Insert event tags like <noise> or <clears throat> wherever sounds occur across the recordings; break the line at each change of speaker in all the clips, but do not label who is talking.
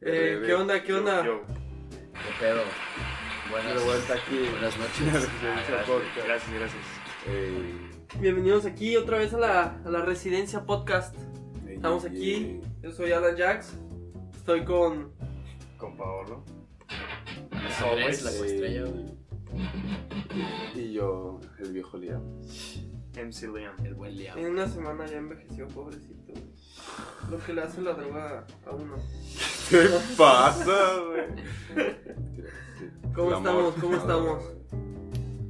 Eh,
RD.
¿Qué onda? ¿Qué
Yo,
onda?
yo.
¿Qué pedo? Buenas,
De vuelta aquí.
buenas
<laughs>
noches.
Ah, gracias, gracias, gracias.
Ey,
Bienvenidos aquí otra vez a la, a la Residencia Podcast.
ey,
Estamos
ey,
aquí.
ey.
Yo soy Alan Jax. Estoy con.
Con Paolo.
Las
Oh,
Andrés,
pues,
la
sí.
coestrella, güey.
Y yo, el viejo
<laughs>
Liam.
MC Liam.
El buen Liam.
En una semana ya envejeció, pobrecito. Lo que le hace la droga a uno.
¿Qué pasa, güey?
¿Cómo
El amor.
estamos? ¿Cómo estamos?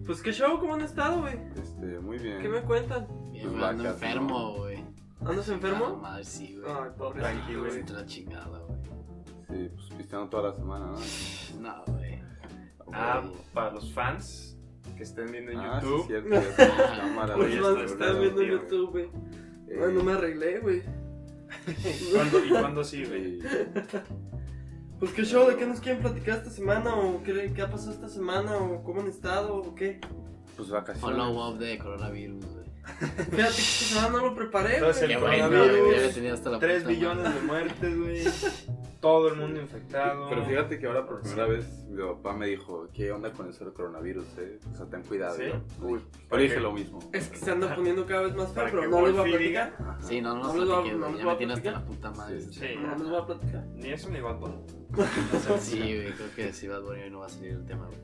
Pues qué show, ¿cómo han estado, güey?
Este, muy bien.
¿Qué me cuentan?
Bien,
Pues
güey, ando
vacas,
enfermo, güey.
¿Andas
A la
enfermo?
madre, sí, güey.
Ay, pobrecito.
Tranqui, güey.
Está la chingada, güey.
Sí, pues pisteando toda la semana, ¿no?
No, güey.
Ah,
Güey.
para los fans que estén viendo en
Ah, sí,
YouTube.
cierto,
<laughs>
ya está la cámara,
Oye,
Los Pues
güey,
más
esto
que
está
están viendo en
divertido.
YouTube, güey.
Eh,
Ay, no me arreglé, güey.
¿Cuándo- ¿Y cuándo sí, güey?
sí.
Pues qué show, ¿de qué nos quieren platicar esta semana? ¿O qué, qué ha pasado esta semana? ¿O cómo han estado? ¿O qué?
Pues vacaciones.
Follow-up de coronavirus, güey.
Fíjate que esta semana no lo preparé,
Entonces,
güey.
Qué
El
bueno,
coronavirus.
güey. Ya le tenía hasta la
3
puta madre.
billones de muertes, güey. Todo el mundo infectado.
Pero fíjate que ahora por primera vez mi papá me dijo, ¿qué onda con eso del coronavirus, eh? O sea, ten cuidado.
¿Sí?
y yo,
Uy,
Uy, yo
¿para
le dije
qué?
lo mismo.
Es que se anda poniendo cada vez más feo,
Para
pero
que
no les voy a
Wolfie diga.
platicar.
Ajá.
Sí, no, no,
No
nos
les voy a-
platiqué,
no
güey.
les
Ya
voy
me
a
tiene hasta
platicar.
la puta madre.
Sí,
Sí,
No les voy a platicar.
Ni eso ni Bad Bunny.
<laughs> Sí, güey. Creo que si Bad Bunny hoy no va a salir el tema, güey.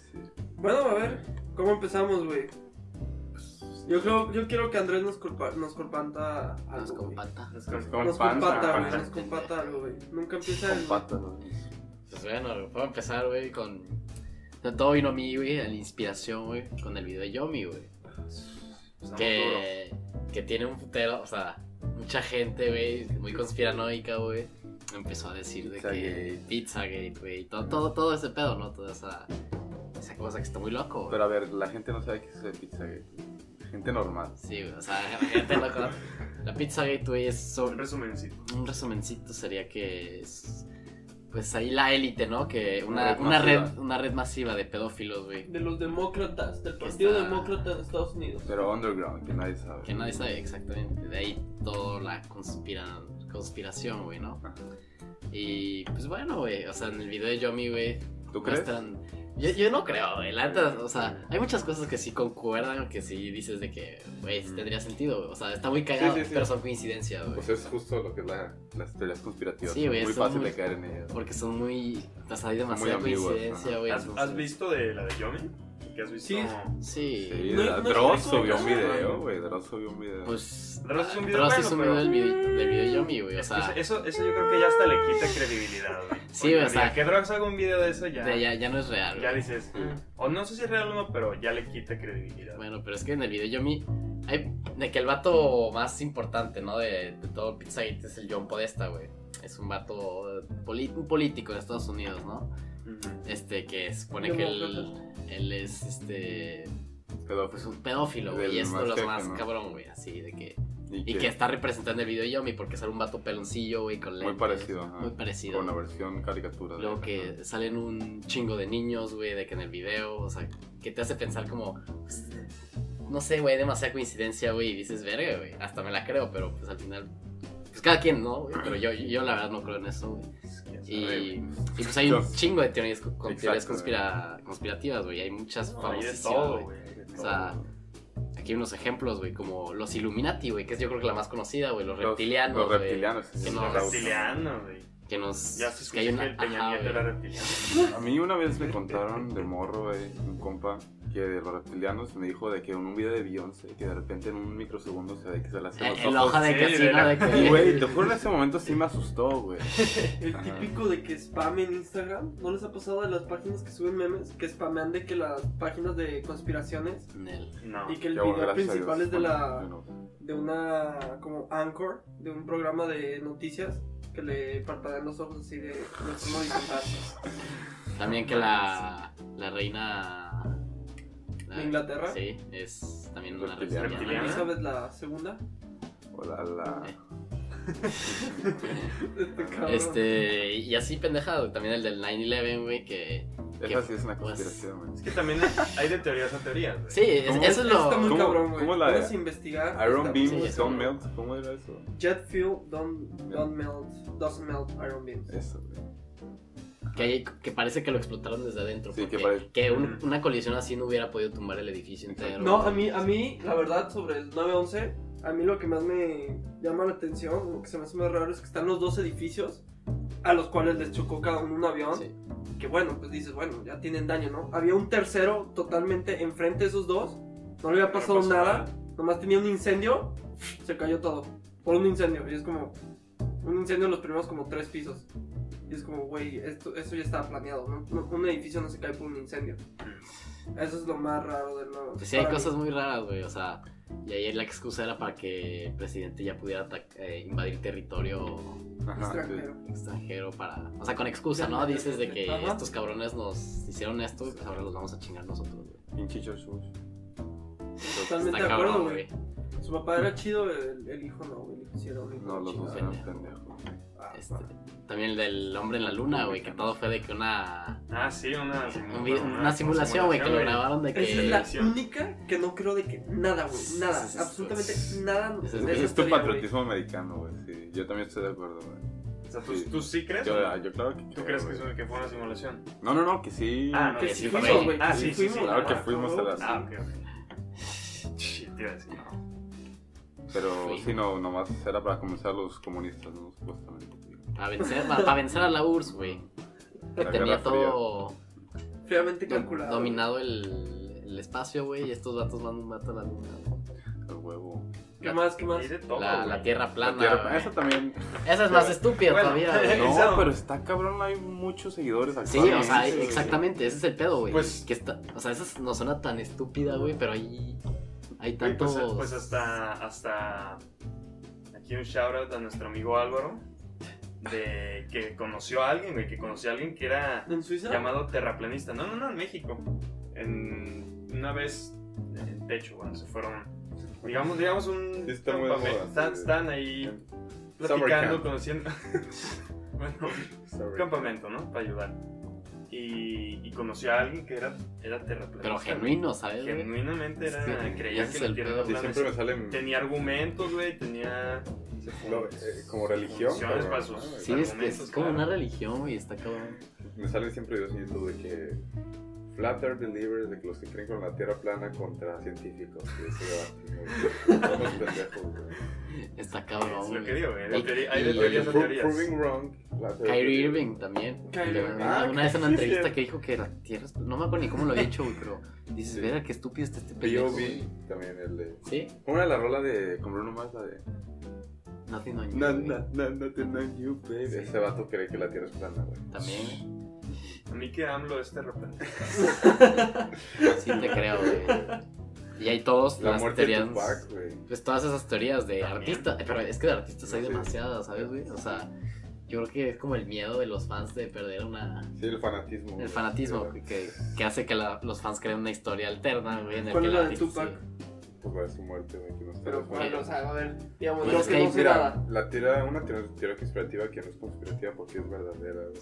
Sí.
Bueno, a ver, ¿cómo empezamos, güey? Yo creo, yo quiero que Andrés nos, culpa, nos culpanta
Nos
algo, güey.
compata.
Es como-
Con
Nos
panza,
culpanta, güey,
panza.
nos culpanta algo, güey. Nunca empieza
Con
el...
patas, güey.
Pues bueno, güey, puedo empezar, güey, con... o sea, Todo vino a mí, güey, a la inspiración, güey, con el video de Yomi, güey.
Estamos duros.
Pues, que, que tiene un putero, o sea, mucha gente, güey, muy conspiranoica, güey, empezó a decir de que
Pizzagate.
Pizzagate, güey, todo, todo, todo ese pedo, ¿no? Toda esa, esa cosa que está muy loco, güey.
Pero a ver, la gente no sabe qué es el Pizzagate. Gente normal.
Sí, güey, o sea, la gente loca. La Pizzagate, güey, es
Un
sobre-
resumencito.
un resumencito sería que es, pues ahí la élite, ¿no? Que una,
Red
una red,
masiva.
una red masiva de pedófilos, güey,
De los demócratas, del Partido
Está-
Demócrata de Estados Unidos.
Pero underground, que nadie sabe.
que nadie sabe exactamente, de ahí toda la conspira- conspiración, güey, ¿no?
Ajá.
Y pues bueno, güey, o sea, en el video de Yomi, güey,
¿Tú crees?
muestran- Yo, yo no creo, güey, la neta, o sea, hay muchas cosas que sí concuerdan, que sí dices de que, güey, sí tendría sentido, güey, o sea, está muy cagado,
Sí, sí, sí.
pero son coincidencias, güey.
Pues es justo lo que es la, las teorías conspirativas.
Sí, güey,
muy
son
fácil
muy-
de caer en ellas.
Porque son muy, o sea, hay demasiada
Muy ambiguas,
coincidencia,
ajá.
güey.
¿Has,
entonces-
has visto de la de Yomi? ¿Qué has visto?
Sí.
Sí.
Sí,
No-
la-
no
Dross
se ve
subió un
como-
video, güey. Dross subió un video.
Pues,
Dross hizo un video
Dross
bueno,
hizo un
pero-
video del video, del video de Yomi, güey, o
Es que
sea,
eso, eso yo creo que ya hasta le quita credibilidad, güey.
Sí,
Porque
o sea-
diga, Que Drox haga un video de eso ya.
de- ya, ya no es real,
ya
güey.
dices.
Mm.
O no sé si es real o no, pero ya le quita credibilidad.
Bueno, pero es que en el video Yomi hay de que el vato más importante, ¿no? De, de todo Pizzagate es el John Podesta, güey. Es un vato poli- un político de Estados Unidos, ¿no?
Ujú.
Este que supone que él, él es este
Pero,
pues
pues,
un pedófilo,
Del
güey, y es uno de los
más
más
jefe, ¿no?
cabrón, güey, así de que
y
y
que,
que está representando el video Yomi porque sale un vato peloncillo, güey, con
muy
lentes,
parecido. ajá.
Muy parecido.
Con la versión caricatura. de-
Luego que salen un chingo de niños, güey, de que en el video, o sea, que te hace pensar como, pues, no sé, güey, demasiada coincidencia, güey, y dices, verga, güey, hasta me la creo, pero pues al final, pues cada quien, ¿no? güey? Pero yo, yo la verdad no creo en eso, güey. Y,
Ya sabe, güey.
y, pues hay un
Yo-
chingo de teorías, con- con teorías
Exacto,
conspira- conspirativas, güey, hay muchas
No, hay de
famosísimas,
todo,
güey.
güey. hay de todo.
O sea, aquí hay unos ejemplos, güey, como los Illuminati, güey, que es yo creo que la más conocida, güey, los,
Los-
reptilianos,
Los
güey,
reptilianos. sí,
que
sí,
no-
me causa.
reptiliano, güey.
Que nos...
Ya se escucha
que
que,
hay una...
el Peña
ajá,
Nieto
güey.
era reptiliano.
A mí una vez me contaron de morro, güey, un compa, que de los reptilianos me dijo de que en un video de Beyoncé, que de repente en un microsegundo se ve que se
Eh,
le hacen
El,
los
Eh, el
ojos.
hoja de
sí,
casino de
<laughs> de
que...
Y, güey, te juro en ese momento sí me asustó, güey.
<laughs> El
Ajá.
típico de que spamen Instagram. ¿No les ha pasado de las páginas que suben memes? Que spamean de que las páginas de conspiraciones
Nel.
No.
y que el
Ya, bueno,
video
gracias a
principal
Dios.
es de
Bueno,
la...
yo no.
de una como anchor de un programa de noticias que le parpadean los ojos así de no sé cómo disfrutar.
También que
Ah,
la, la reina...
¿De Inglaterra?
Sí, es también una
Reptiliana.
reptiliana.
Reptiliana.
Elizabeth la segunda.
Hola, la...
Eh.
Este cabrón.
Este, y así pendejado, también el del 9-11, güey, que
Esa sí es una
pues,
conspiración, güey.
Es que también hay de teorías a teorías, güey.
Sí, es-
¿Cómo?
eso es
Está muy
lo.
¿Cómo-
cabrón, güey.
cómo la-
Puedes investigar.
Iron
está-
Beam,
sí, sí.
Don't Melt, ¿cómo era eso?
Jet fuel don't, don't melt, doesn't melt Iron Beams.
Eso, güey.
Que, hay- que parece que lo explotaron desde adentro.
Sí, que
porque,
parece-
que un-
Ujú.
una colisión así no hubiera podido tumbar el edificio entero.
No, a mí, a mí, la verdad, sobre el 911, a mí lo que más me llama la atención, lo que se me hace más raro, es que están los dos edificios a los cuales les chocó cada uno un avión.
Sí.
Que bueno, pues dices, bueno, ya tienen daño, ¿no? Había un tercero totalmente enfrente de esos dos, no le había pasado
pasó
nada,
nada.
nomás tenía un incendio, se cayó todo. Por un incendio, y es como un incendio en los primeros como tres pisos. Y es como, güey, esto, eso ya estaba planeado, ¿no? No- Un edificio no se cae por un incendio. Eso es lo más raro del 911.
Pues sí, hay
para mí.
cosas muy raras, güey. O sea, y ayer la excusa era para que el presidente ya pudiera atac- eh, invadir territorio
Ajá, sí.
extranjero.
extranjero para. O sea, con excusa, ¿no? Dices de que
<laughs> Ajá.
estos cabrones nos hicieron esto y pues ahora los vamos a chingar nosotros, güey.
Pinche George Bush.
Totalmente
Está
de acuerdo,
cabrón,
güey. Su papá era chido, el, el hijo no, güey. El hijo sí era un hijo
No, los dos
chingado.
eran pendejos.
Ah,
Este, también el del hombre en la luna, güey, que todo fue de que una.
Ah, sí, una
un
simulación.
vi- Una simulación, güey, que lo grabaron de
Esa
que.
es la
televisión.
única que no creo de que nada, güey. Nada,
Sí, sí, sí,
absolutamente
sí.
nada.
Ese es-
de
Es,
esa
es tu
historia, güey.
patriotismo americano, güey. Sí, yo también estoy de acuerdo, güey.
O sea, ¿tú, tú sí crees? o
Yo, ah,
no?
yo claro que.
¿Tú crees que, eso- que fue una simulación?
No, no, no, que sí.
Ah, no,
Que
que
sí
sí
fuimos,
fue.
güey. que
Ah, sí, sí, sí.
fuimos,
Claro que
güey.
fuimos a las-
Ah, ok, ok. Shit, te iba a decir, no.
Pero
Fui.
sí, no, nomás era para comenzar los comunistas, ¿no? Supuestamente.
Para vencer, para, para vencer a la URSS, güey. <laughs> Que
La
tenía
Guerra Fría.
todo
Fríamente
do-
calculado.
dominado el, el espacio, güey, y estos vatos mandan un vato a la luna. güey.
El huevo.
¿Qué más, qué más?
Y de todo,
Pues, La,
güey.
la tierra
La
plana.
tierra-
güey.
Eso <laughs> también.
Esa es más estúpida
Bueno,
todavía, güey.
No,
No, pero está cabrón, hay muchos seguidores
Sí, o
actualmente,
sea,
güey.
exactamente, ese es el pedo, güey.
Pues-
que está, o sea, eso no suena tan estúpida, güey, pero hay, hay
Güey,
tantos...
pues, pues hasta, hasta aquí un shout out a nuestro amigo Álvaro de que conoció a alguien, güey, que conoció a alguien que era
¿En Suiza?
llamado terraplanista. No, no, no, en México. En una vez en techo, bueno, se fueron digamos digamos un
Sí, está muy de
campamento.
moda,
Están-
sí.
están ahí
Summer
platicando,
camp.
conociendo. <laughs> bueno,
Sorry.
campamento, ¿no? Para ayudar. Y, y conoció a alguien que era, era terraplanista.
pero genuino, ¿sabes? güey?
Genuinamente era,
Es que-
creía
ese
que
es
la
el
tierra
pedo.
era
Sí,
plana.
siempre me salen.
Tenía argumentos, güey, tenía...
no, eh, como religión.
Funciones
cabrón,
para sus-
¿no?
Sí, es, que es
argumentos,
como
claro.
una religión, güey, está cabrón.
Me salen siempre videos en YouTube de que. Flat Earth Believers, de que los que creen con la tierra plana contra científicos. Y
<laughs>
ese debate, ¿no? Son los pendejos, güey.
Está
Es
cabrón,
lo que
güey.
digo, güey. de
Y-
teoría- Hay de
y-
teorías a
Pro-
teorías.
Proving wrong. la teoría.
Kyrie Irving también.
Kyrie
Le-
Irving.
una-
Ah,
una vez en una
sí,
entrevista
cierto.
que dijo que la tierra... es- No me acuerdo ni cómo lo había hecho, güey, pero dices,
Sí.
verga, qué estúpido está este pendejo, güey.
B.O.B. Pues también el de.
¿Sí?
¿Cómo era la rola de. con Bruno Mars la de.
Nothing on you,
No,
güey.
no, no, no, te- no, you, baby. Ese vato cree que la tierra es plana, güey.
También, güey.
A mí que AMLO es terraplanista.
sí te creo,
<laughs>
güey. Y hay todos
La
las
muerte de
teorías...
Tupac, güey.
Pues todas esas teorías de
También.
artistas, pero es que de artistas hay
Sí.
demasiadas, ¿sabes, güey? O sea, yo creo que es como el miedo de los fans de perder una...
Sí, el fanatismo.
El
güey.
fanatismo que- que, que hace que la- los fans creen una historia alterna, güey. en el
¿Cuál
que el
es la de
artista
Tupac?
se-
Pues va a su muerte, güey, que no está
Pero
de
bueno,
acuerdo.
o sea, a ver, digamos,
Bueno,
Pues
yo
es
que
que
no sé
Mira,
nada.
la teoría, una teoría, teoría conspirativa que no es conspirativa porque es verdadera, güey.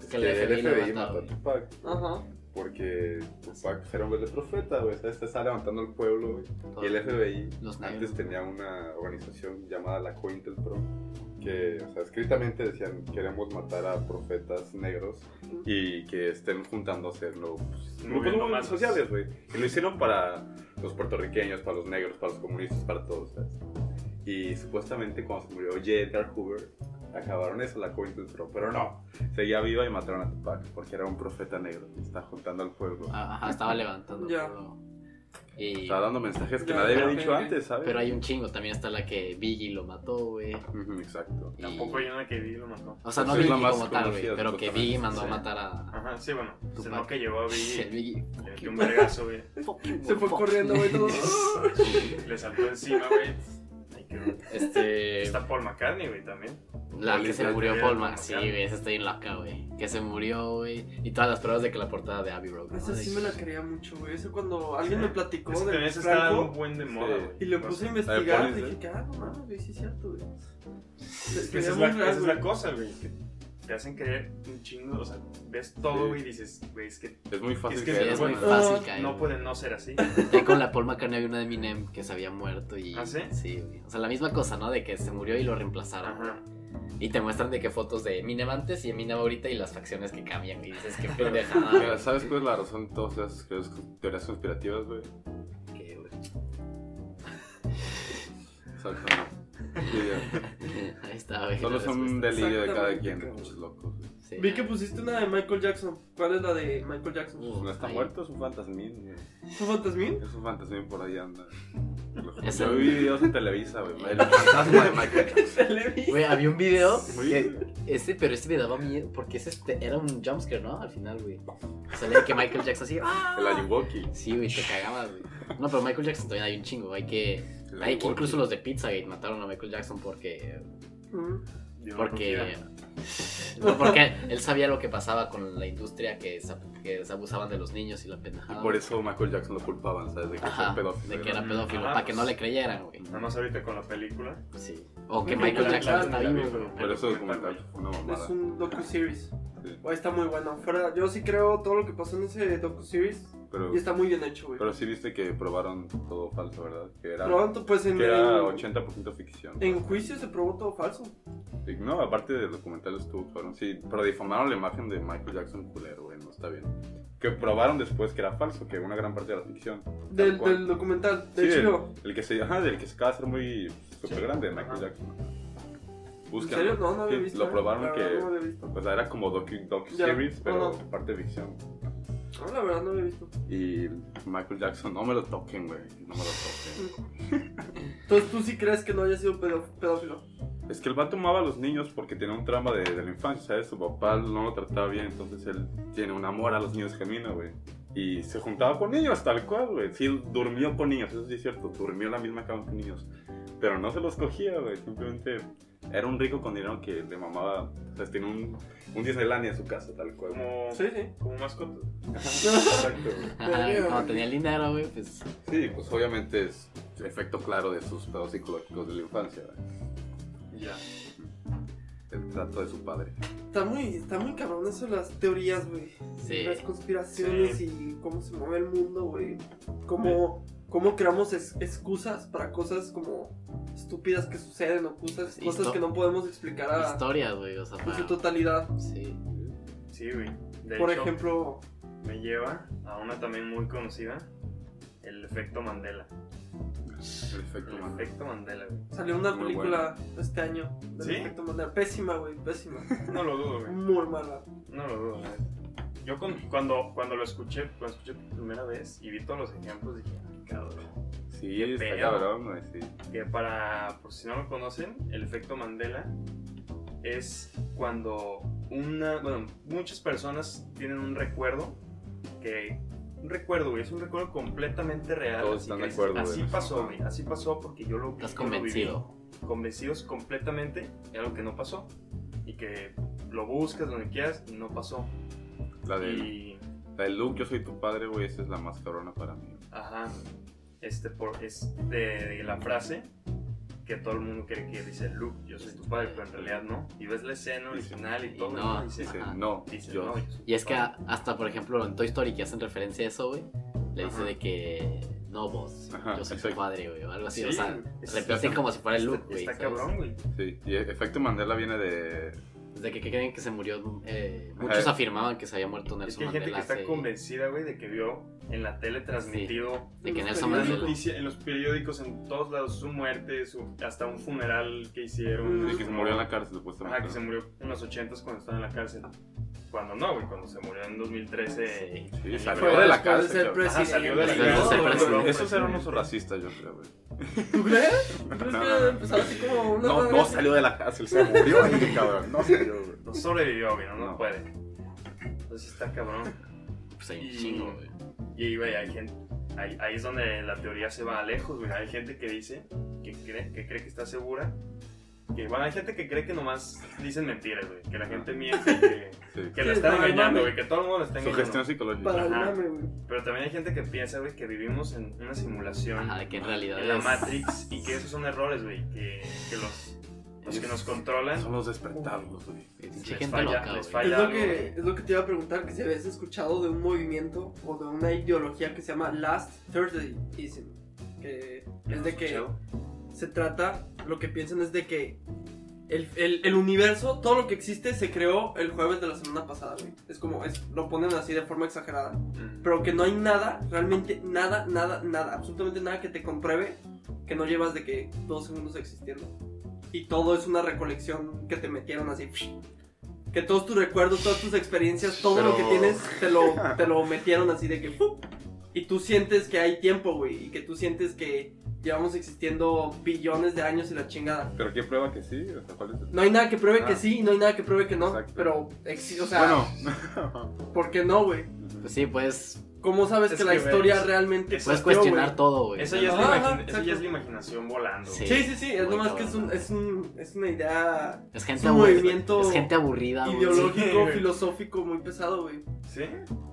Es
Que el FBI lo mató,
mató a
güey.
Tupac.
Ajá.
Porque Tupac era un güey de profeta, güey. ¿sabes? Te está levantando el pueblo, güey. Y el FBI
Los negros.
antes tenía una organización llamada la COINTELPRO que, o sea, escritamente decían queremos matar a profetas negros y que estén juntando a hacerlo pues, grupos
Moviendo
muy
masas.
sociales, güey. Y lo hicieron para los puertorriqueños, para los negros, para los comunistas, para todos, ¿sabes? Y supuestamente cuando se murió J. Edgar Hoover, acabaron eso, la COINTELPRO, pero no. Seguía viva y mataron a Tupac porque era un profeta negro y está juntando al pueblo.
Ah, Ajá, estaba levantando.
Ya.
pero- Y,
Estaba dando mensajes que
Ya,
nadie
ya,
había
ok,
dicho
ok.
antes, ¿sabes?
pero hay un chingo, también está la que Biggie lo mató, güey.
Ujú, Exacto.
y-
Tampoco hay una que vi lo mató.
O sea, no
Esa es
Biggie
la más
como tal, güey,
conocida,
pero que
totalmente,
Biggie mandó a
sí.
matar a...
Ajá, sí, bueno.
Tupac.
Se no que llevó
<laughs>
a
El
Biggie,
Biggie.
le metió un vergazo, güey.
Se fue corriendo, güey, <laughs> todo.
Le saltó encima, güey. Ay, qué-
Este...
Está Paul McCartney, güey, también.
La que
Lista
se
de
murió
teorías
Paul
de
Ma-
Paul
Sí,
McCartney.
güey, esa está bien loca, güey. Que se murió, güey. Y todas las pruebas de que la portada de Abbey Road. ¿no?
Esa
De-
sí me la creía mucho, güey. Eso cuando alguien me platicó
Ese pues, también
de
se está
Franco
un buen de moda,
Sí.
güey.
y le
No
puse
sé.
a investigar,
Paul
y
Isla.
dije, ah, no mames, güey, sí es cierto, güey. Se-
Es
se
que esa
veía
Pues es
muy
la,
real,
esa es la
güey.
cosa, güey. que te hacen creer un chingo, o sea, ves todo,
Sí.
güey, y dices, güey, es que
Es muy fácil
Es que
creer,
es muy
güey.
fa-
fácil
Ah,
caer.
no
güey.
puede no ser <laughs> así.
Ya con la Paul McCartney había una de Eminem que se había muerto y...
¿Ah, sí?
güey. O sea, la misma cosa, ¿no? De que se murió y lo reemplazaron.
Ajá.
Y te muestran de que fotos de Eminem antes y Eminem ahorita y las facciones que cambian. Y dices, qué pendejada.
Mira,
güey.
¿Sabes cuál es la razón de todas esas teorías- teorías conspirativas, güey?
Que, güey. <laughs>
Exactamente. Sí, ya.
Ahí está, güey.
Solo
la
es un
respuesta.
delirio de cada
Exactamente,
quien, de
cabrón.
muchos locos. güey.
Sí.
Vi que pusiste una de Michael Jackson. ¿Cuál es la de Michael Jackson?
Uh,
Pues, No está
ahí.
muerto, es un fantasmín, güey.
¿Fue <laughs> fantasmín?
Es un fantasmín por ahí anda.
Es
Yo
el-
vi videos en Televisa, güey.
<laughs>
El fantasma de Michael Jackson.
Televi-
Güey, había un video
Muy
que este, pero este me daba miedo porque ese este, era un jumpscare, ¿no? Al final, güey. Salía que Michael Jackson así. ¡ah!
El Ayuwoki.
Sí, güey, te cagabas, güey. No, pero Michael Jackson todavía hay un chingo. Hay que.
El
Hay que
Ayuwoki.
incluso los de Pizzagate mataron a Michael Jackson porque.
Ujú.
Yo no
Porque.
confío.
No, porque él sabía lo que pasaba con la industria que se, que se abusaban de los niños y la
Y
pendejada.
por eso Michael Jackson lo culpaban, ¿sabes? De que
Ajá,
fue pedófilo.
de que era
¿no?
pedófilo,
Ajá,
para que no
pues.
le creyeran, güey.
Nada más ahorita con la película.
Sí. O que
Ujú.
Michael
La-
Jackson
la-
está
la-
vivo,
la-
güey.
Por eso documental fue una mamada.
Es un docu-series.
Sí.
Güey, Está muy bueno. Fuera, yo sí creo todo lo que pasó en ese docu-series.
Pero,
Y está muy bien hecho, güey.
pero sí viste que probaron todo falso, ¿verdad? Que era,
Pronto, pues en,
que era
en,
80% ficción.
en juicio se probó todo falso.
Sí, No, aparte del documental estuvo cabrón. Sí, pero difamaron la imagen de Michael Jackson culero, güey, no está bien. Que probaron después que era falso, que una gran parte de la ficción.
Del,
cual.
del documental,
Sí,
de
el,
HBO.
el que se, ajá, del que se acaba de hacer muy súper
Sí.
grande, Michael
Ajá.
Jackson.
¿En
Búsquenlo.
serio? No, no había
Sí,
visto.
Lo
eh.
probaron
La verdad,
que.
No lo había visto.
O sea, era como docu, series,
Ya,
pero
ajá.
parte ficción.
No, la verdad no lo había visto.
Y Michael Jackson, no me lo toquen, güey. No me lo toquen.
Entonces tú sí crees que no haya sido pedo- pedófilo.
Es que el vato amaba a los niños porque tenía un trauma de, de la infancia, ¿sabes? Su papá no lo trataba bien, entonces él tiene un amor a los niños genuino, güey. Y se juntaba con niños, tal cual, güey. Sí, durmió con niños, eso sí es cierto. Durmió en la misma cama con niños. Pero no se los cogía, güey. Simplemente era un rico con dinero que le mamaba. O sea, tiene un, un Disneylandia en su casa, tal cual.
Como,
Sí, sí.
como mascota.
Exacto, güey.
Ajá, güey, <laughs> Cuando tenía el dinero, güey, pues.
Sí, pues obviamente es efecto claro de sus pedos psicológicos de la infancia, güey.
Ya.
El trato de su padre.
Está muy, está muy cabrón eso de las teorías, güey.
Sí.
Las conspiraciones y cómo se mueve el mundo, güey. Cómo, cómo creamos es- excusas para cosas como estúpidas que suceden o cosas,
Histo- ah,
cosas que no podemos explicar
Ah.
a, pues,
Historias, güey, o sea,
Pues
en su
para-
totalidad.
Sí.
Sí, güey. De
Por
hecho,
ejemplo,
me lleva a una también muy conocida, el efecto Mandela.
Perfecto,
El
man.
efecto Mandela, güey.
salió una
Muy
película este año. del
¿Sí?
efecto Mandela. Pésima, güey, pésima.
No lo dudo, güey.
Muy mala.
No lo dudo, la neta. Yo con- cuando, cuando lo escuché, cuando escuché por primera vez y vi todos los ejemplos, dije, "Ah, cabrón.
Sí, está
pedo.
cabrón, güey, sí.
Que para, por si no lo conocen, el efecto Mandela es cuando una, bueno, muchas personas tienen un recuerdo que, un recuerdo, güey, es un recuerdo completamente real.
Todos
así
están
que
de
dices,
acuerdo, güey,
Así
en eso.
pasó, güey, así pasó porque yo lo vi,
Estás
yo lo viví".
convencido.
convencidos completamente de algo que no pasó y que lo buscas donde quieras y no pasó.
La de,
Y
la de Luke, yo soy tu padre, güey, esa es la más cabrona para mí.
ajá, este por es de, de la frase que todo el mundo cree que dice Luke, yo soy tu padre, pero en realidad no. Y ves la escena
Y sí.
original y
Y
todo,
no,
¿no? dice, "Ah,
Dice,
Ajá.
no,
dice,
yo.
no, yo soy
Y
tu
es que
padre".
a- hasta, por ejemplo, en Toy Story que hacen referencia a eso, güey, le dice
Ajá.
de que no vos,
Ajá,
yo soy tu
exacto.
padre, güey, o algo así.
Sí,
o sea,
es-
repiten
está-
como si fuera el look,
está-
güey.
Está
¿sabes?
cabrón, güey.
Sí, y e, efecto Mandela viene de.
Desde que, que creen que se murió, eh,
Ajá.
muchos afirmaban que se había muerto
Es
Nelson
que hay gente
Mandela.
que está
hace-
convencida, güey, de que vio en la tele transmitido
de que
Los
Nelson
En, la
Mandela.
noticia- en los periódicos, en todos lados, su muerte, su, hasta un funeral que hicieron.
de que se murió en la cárcel, supuestamente.
Ajá, Ah, que se murió en los 80s cuando estaba en la cárcel. Cuando no, güey, cuando se murió en 2013.
Sí.
Sí,
Fue
salió de la
después de ser
cárcel. cabrón.
Ajá, salió de la
Salió de
cárcel.
ser
güey,
presidente.
Eso era un oso racista, yo creo, güey.
¿Tú crees? ¿Tú crees
No,
que
no, no.
empezaba así como una
No,
madre
no
así?
salió de la cárcel, se murió ahí, cabrón. No salió, güey.
No Pues sobrevivió, güey, no, no
No.
puede. Entonces está cabrón.
Pues hay un
Y-
chingo, güey.
Y, güey, hay gente. Ahí, ahí es donde la teoría se va a lejos, güey. Hay gente que dice, que cree que, cree que está segura. Que, bueno, hay gente que cree que nomás dicen mentiras, güey.
Ah.
Que la gente miente, que,
Sí.
que la
Sí,
están
no,
engañando,
mami.
güey. Que todo el mundo la está
Su
engañando.
gestión psicológica.
Para el
Ajá.
mame, güey.
Pero también hay gente que piensa, güey, que vivimos en una simulación
Ajá, de que en realidad
en la
es-
Matrix y que esos son errores, güey, que, que los los que nos controlan.
Son los despertados, güey.
Pinche
les
gente
falla-
loca,
les
güey.
falla
Es lo,
algo,
que,
güey.
es lo que te iba a preguntar, que si habías escuchado de un movimiento o de una ideología que se llama Last Thursdayism, que es
¿No
de
has
que
escuchado?
se trata, lo que piensan es de que el, el- el universo, todo lo que existe, se creó el jueves de la semana pasada, güey. Es como, es, lo ponen así de forma exagerada.
Mm.
Pero que no hay nada, realmente nada, nada, nada, absolutamente nada que te compruebe que no llevas de que dos segundos existiendo. Y todo es una recolección que te metieron así. Que todos tus recuerdos, todas tus experiencias, todo lo que
Pero-
tienes, te
<laughs>
lo, te lo metieron así de que... Y tú sientes que hay tiempo, güey. Y que tú sientes que llevamos existiendo billones de años y la chingada.
Pero qué prueba que sí, o sea, ¿cuál es el-
No hay nada que pruebe
Ah.
que sí y no hay nada que pruebe que no.
Exacto.
Pero, exi- o sea, <laughs>
Bueno, <laughs>
¿por qué no, güey?
Pues sí, puedes,
¿Cómo sabes
Es
que la
que, güey,
historia
es-
realmente
es-
puedes
existió,
cuestionar
güey?
todo, güey.
Eso ya es la
Ajá,
imagina-
exacto.
eso ya es la imaginación volando.
Sí.
Sí, sí, sí, es
Muy
nomás que es, un,
cabrón.
es, un, es una idea
Es gente
Es un
aburrida.
movimiento
Es gente aburrida, Ah, güey.
Sí,
ideológico,
güey.
filosófico muy pesado, güey.
¿Sí?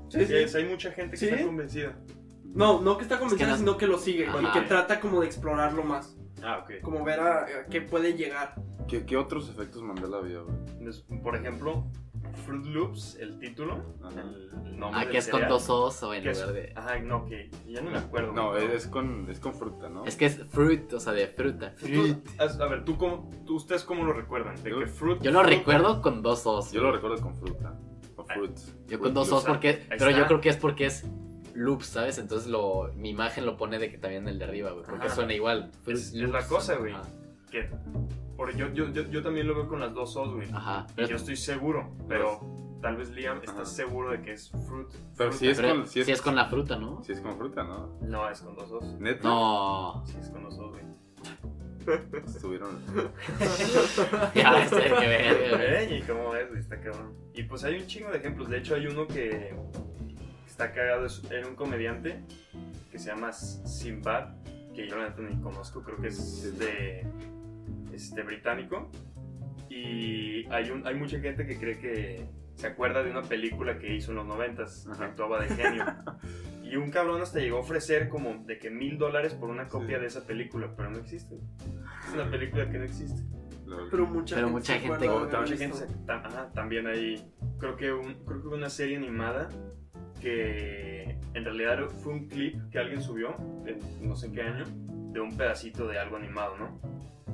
Sí,
Sí,
sí.
hay mucha gente que
Sí.
está convencida.
No, no que está convencida,
Es que no-
sino que lo sigue
Ajá.
y que trata como de explorarlo más,
Ah, ok.
como ver a, a qué puede llegar.
¿Qué, qué otros efectos Mandela había, güey?
Entonces, por ejemplo, Fruit Loops, el título,
Ajá.
el nombre
Ah,
del
que es con
cereal,
dos os o en
que es-
lugar de.
Ajá, no, que ya no me acuerdo.
No,
güey,
es,
pero-
es con, es con fruta, ¿no?
Es que es fruit, o sea, de fruta.
Tú- as- a ver, ¿tú cómo, tú- ¿ustedes cómo lo recuerdan? ¿De
Yo-
que Fruit
Yo lo
Fruit-
recuerdo con dos os.
Yo lo recuerdo con fruta. O fruits.
Ah, Yo con
Fruit
dos os
Loops.
porque.
ahí
Pero
está.
yo creo que es porque es loop, ¿sabes? Entonces lo, mi imagen lo pone de que también el de arriba, güey. Porque
Ajá.
suena igual. Fruit
Es- es la
Loops.
cosa, güey.
Ajá.
que- por- yo, yo, yo, yo también lo veo con las dos O's, güey.
Ajá.
Y
Ah, Pero,
yo estoy seguro, pero tal vez Liam está
Ajá.
seguro de que es Fruit.
Pero
fruta.
sí es
pero
con-
sí es con la fruta, ¿no?
Sí es con fruta, ¿no?
No, es con dos O's.
Neta.
No. <laughs>
Sí, es con dos O's, güey.
<laughs>
Estuvieron.
Ya, este, que verga, güey.
Ey, ¿Y cómo ves? güey? Está cabrón. Y pues hay un chingo de ejemplos. De hecho, hay uno que está cagado. es- Era un comediante que se llama Sinbad, que yo la neta ni conozco, creo que es de este británico. Y hay, un, hay mucha gente que cree que se acuerda de una película que hizo en los noventas, que
Ajá.
actuaba de genio. Y un cabrón hasta llegó a ofrecer como de que mil dólares por una copia de esa película, pero no existe. Es una película que no existe.
Lol.
Pero mucha
Pero
gente,
mucha
se
gente
acuerda
con-
de haber
También, hay
visto.
gente- tam- ajá, también hay, creo que, un, creo que hubo una serie animada que en realidad fue un clip que alguien subió, de no sé en qué año, de un pedacito de algo animado, ¿no?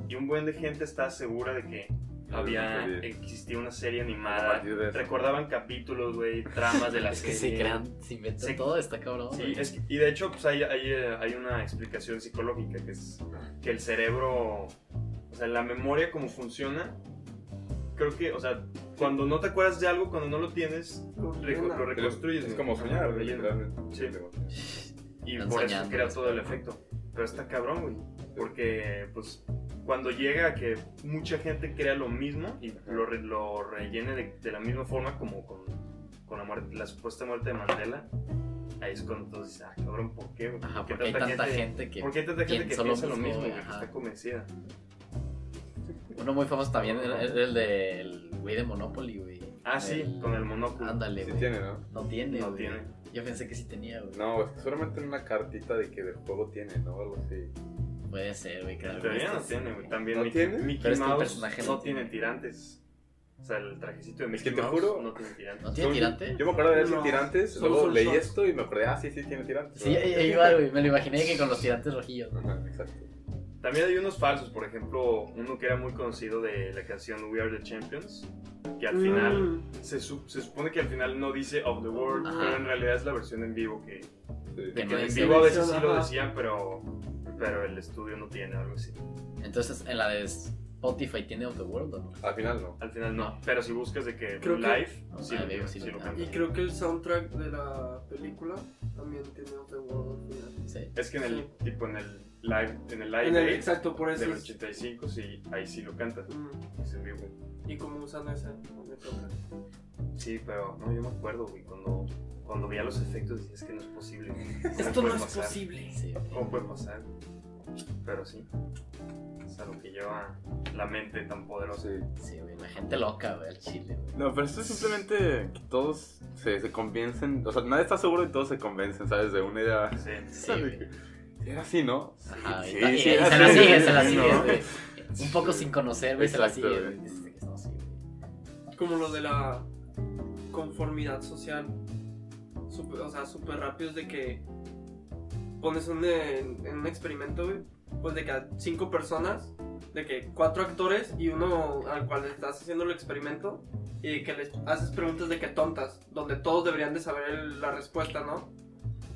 Y un buen de gente está segura de que
Lol,
había,
serie.
existía una serie
A
animada,
partir de eso.
recordaban capítulos, güey, tramas de la
<laughs> Es que
serie.
se crean, se inventan
Sí.
todo, está cabrón.
Sí,
güey.
es que- y de hecho pues, hay, hay, eh, hay una explicación psicológica que es que el cerebro, o sea, la memoria como funciona, creo que, o sea, cuando no te acuerdas de algo, cuando no lo tienes, reco- lo reconstruyes.
Es
güey.
como soñar,
Ajá,
literalmente.
Sí. Y
Están
por eso
soñando,
crea
güey.
todo el efecto. Pero está cabrón, güey. Porque, pues, cuando llega a que mucha gente crea lo mismo y lo, re- lo rellene de, de la misma forma como con, con la, muerte, la supuesta muerte de Mandela, ahí es cuando todos dicen, ah, cabrón, ¿por qué? güey?
Ajá,
¿Por qué
porque hay tanta gente que.
¿Por qué hay tanta gente que
piensa lo
piensa lo
mismo,
mismo,
güey?
güey, que
Ajá.
está convencida?
Uno muy famoso también era era el de el güey de Monopoly, güey.
Ah, sí,
El-
con el monóculo.
Eh, Ándale,
Sí
güey.
tiene, ¿no?
No tiene,
No
güey.
tiene.
Yo pensé que sí tenía, güey.
No, es que solamente en una cartita de que del juego tiene, ¿no? Algo así.
Puede ser, güey, claro.
En teoría no
este sí,
tiene, güey. También
¿No
Mickey,
tiene?
Mickey
Pero es que el
Mouse
personaje
no
no tiene.
tiene tirantes. O sea, el trajecito de
Es
Mickey
que te
Mouse
juro-
no tiene tirantes.
¿No tiene
Son-
tirante?
Yo me acuerdo de
No.
esos tirantes,
Solo
luego
son
leí
shorts.
esto y me acordé, ah, sí, sí, tiene tirantes.
Sí, ahí- ahí va, güey. Me lo imaginé que con los tirantes rojillos. ¿no?
Ajá, exacto.
También hay unos falsos, por ejemplo, uno que era muy conocido de la canción We Are the Champions, que al final
Mm,
se, su- se supone que al final no dice Of the World,
Ajá.
pero en realidad es la versión en vivo que,
Sí.
que
Que no
en
dice.
vivo a veces sí lo
Ajá.
decían, pero pero el estudio no tiene algo así.
Entonces, en la de Spotify tiene Of the World, ¿o no?
Al final no.
Al final no, pero si buscas de que
Creo que-
live,
Ah,
sí, lo
vivo,
tiene,
sí
sí
lo
lo
tiene.
canta.
Y creo que el soundtrack de la película también tiene otro World al final.
Sí.
Es que en el tipo en el live, en el live
En el-
Aid
exacto, por eso.
del
es-
85 sí, ahí sí lo canta,
Mm,
es en vivo.
Y como usan ese. ese-
Sí, pero no, yo me acuerdo, güey, cuando, cuando veía los efectos decía, es que no es posible. ¿Cómo
Esto no
puede
es
pasar?
posible.
Sí, güey.
¿Cómo puede pasar? Pero sí, es a lo que lleva la mente tan poderosa.
Sí, güey. La gente loca, güey, al chile, güey.
No, pero esto es simplemente que todos se, se convencen, o sea, nadie está seguro y todos se convencen, ¿sabes? De una idea.
Sí.
Sí, güey.
Era así, ¿no?
Ajá,
sí,
y- y-
sí,
y
era
se la
así,
sigue, se la
¿no?
sigue, güey. un poco
Sí.
sin conocer, güey, se la
Exacto,
sigue.
güey.
Dices, güey, no, sí, güey.
Como lo de la conformidad social. Súper- o sea, súper rápido es de que pones un, en, en un experimento, güey, pues de que a cinco personas, de que cuatro actores y uno al cual estás haciendo el experimento y que les haces preguntas de que tontas, donde todos deberían de saber el- la respuesta, ¿no?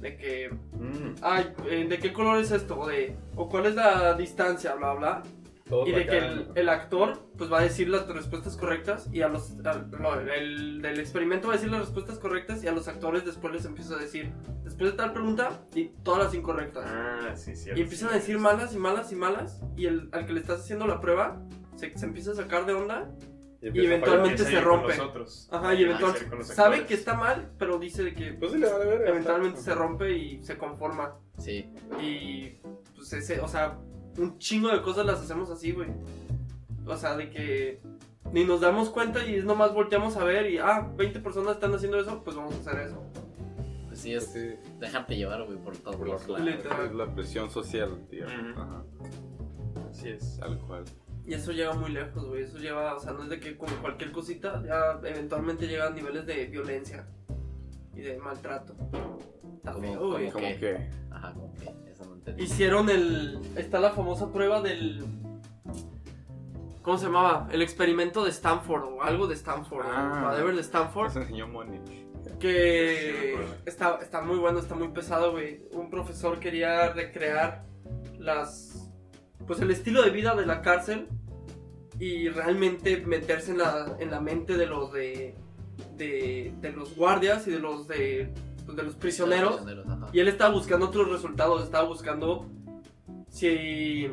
De que
Mm,
ay, eh, ¿de qué color es esto? O, de, o cuál es la distancia, bla, bla.
todo
Y de que
bacán.
el, el actor pues va a decir las respuestas correctas y a los... al- no, el del experimento va a decir las respuestas correctas y a los actores después les empieza a decir, después de tal pregunta, y todas las incorrectas.
Ah, sí, cierto.
Y empiezan a decir malas y malas y malas y el, al que le estás haciendo la prueba se, se empieza a sacar de onda.
empieza a
eventualmente- se Ah.
fallar.
Empieza a ir con
rompe.
los otros.
Ajá, y
Empieza a ir
eventualmente
Ah, con los
sabe
actores.
que está mal, pero dice de que
Pues sí, le vale ver.
eventualmente se rompe y se conforma.
Sí,
Y pues ese, o sea, un chingo de cosas las hacemos así, güey. O sea, de que ni nos damos cuenta y es nomás volteamos a ver y, ah, 20 personas están haciendo eso, pues vamos a hacer eso.
pues sí, es
Sí.
dejarte llevar, güey, por todos
Por
los
los
lados.
Literal.
Es la presión social, tío.
Ujú.
Ajá,
Así es.
Tal cual.
Y eso lleva muy lejos, güey. Eso lleva, o sea, no es de que con cualquier cosita ya eventualmente llega a niveles de violencia y de maltrato. Está
Como-
feo, güey.
Ok.
Como que.
Ajá, como que eso no entendí.
Hicieron el. Está la famosa prueba del. ¿Cómo se llamaba? El experimento de Stanford o algo de Stanford.
Ah.
o whatever de Stanford.
Nos enseñó Monich.
Sí, me
Que
acuerdo.
está, está muy bueno, está muy pesado, güey. Un profesor quería recrear las. Pues el estilo de vida de la cárcel y realmente meterse en la, en la mente de los de, de, de los guardias y de los de, pues, de los prisioneros.
ajá.
Y él estaba buscando otros resultados, estaba buscando si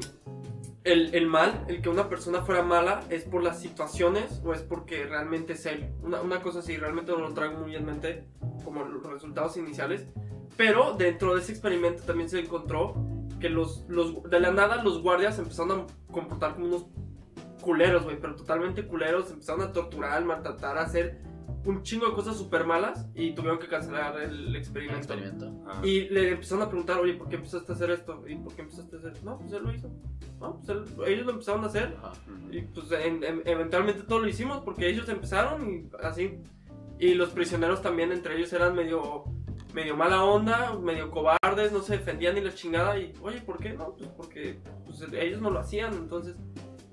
el, el mal, el que una persona fuera mala, es por las situaciones o es porque realmente es él. Una, una cosa así, realmente no lo traigo muy en mente como los resultados iniciales. Pero dentro de ese experimento también se encontró que los, los de la nada los guardias se empezaron a comportar como unos culeros, güey, pero totalmente culeros, se empezaron a torturar, maltratar, a hacer un chingo de cosas súper malas y tuvieron que cancelar el
Un
experimento.
experimento.
Ah,
Y le empezaron a preguntar, oye, ¿por qué empezaste a hacer esto? ¿Y por qué empezaste a hacer esto? No, pues él lo hizo. No, pues él- ellos lo empezaron a hacer.
Ajá.
ujú.
Y pues en- en- eventualmente todo lo hicimos porque ellos empezaron y así. Y los prisioneros también, entre ellos eran medio, medio mala onda, medio cobardes, no se defendían ni la chingada. Y oye, ¿por qué? No, pues porque pues, ellos no lo hacían, entonces.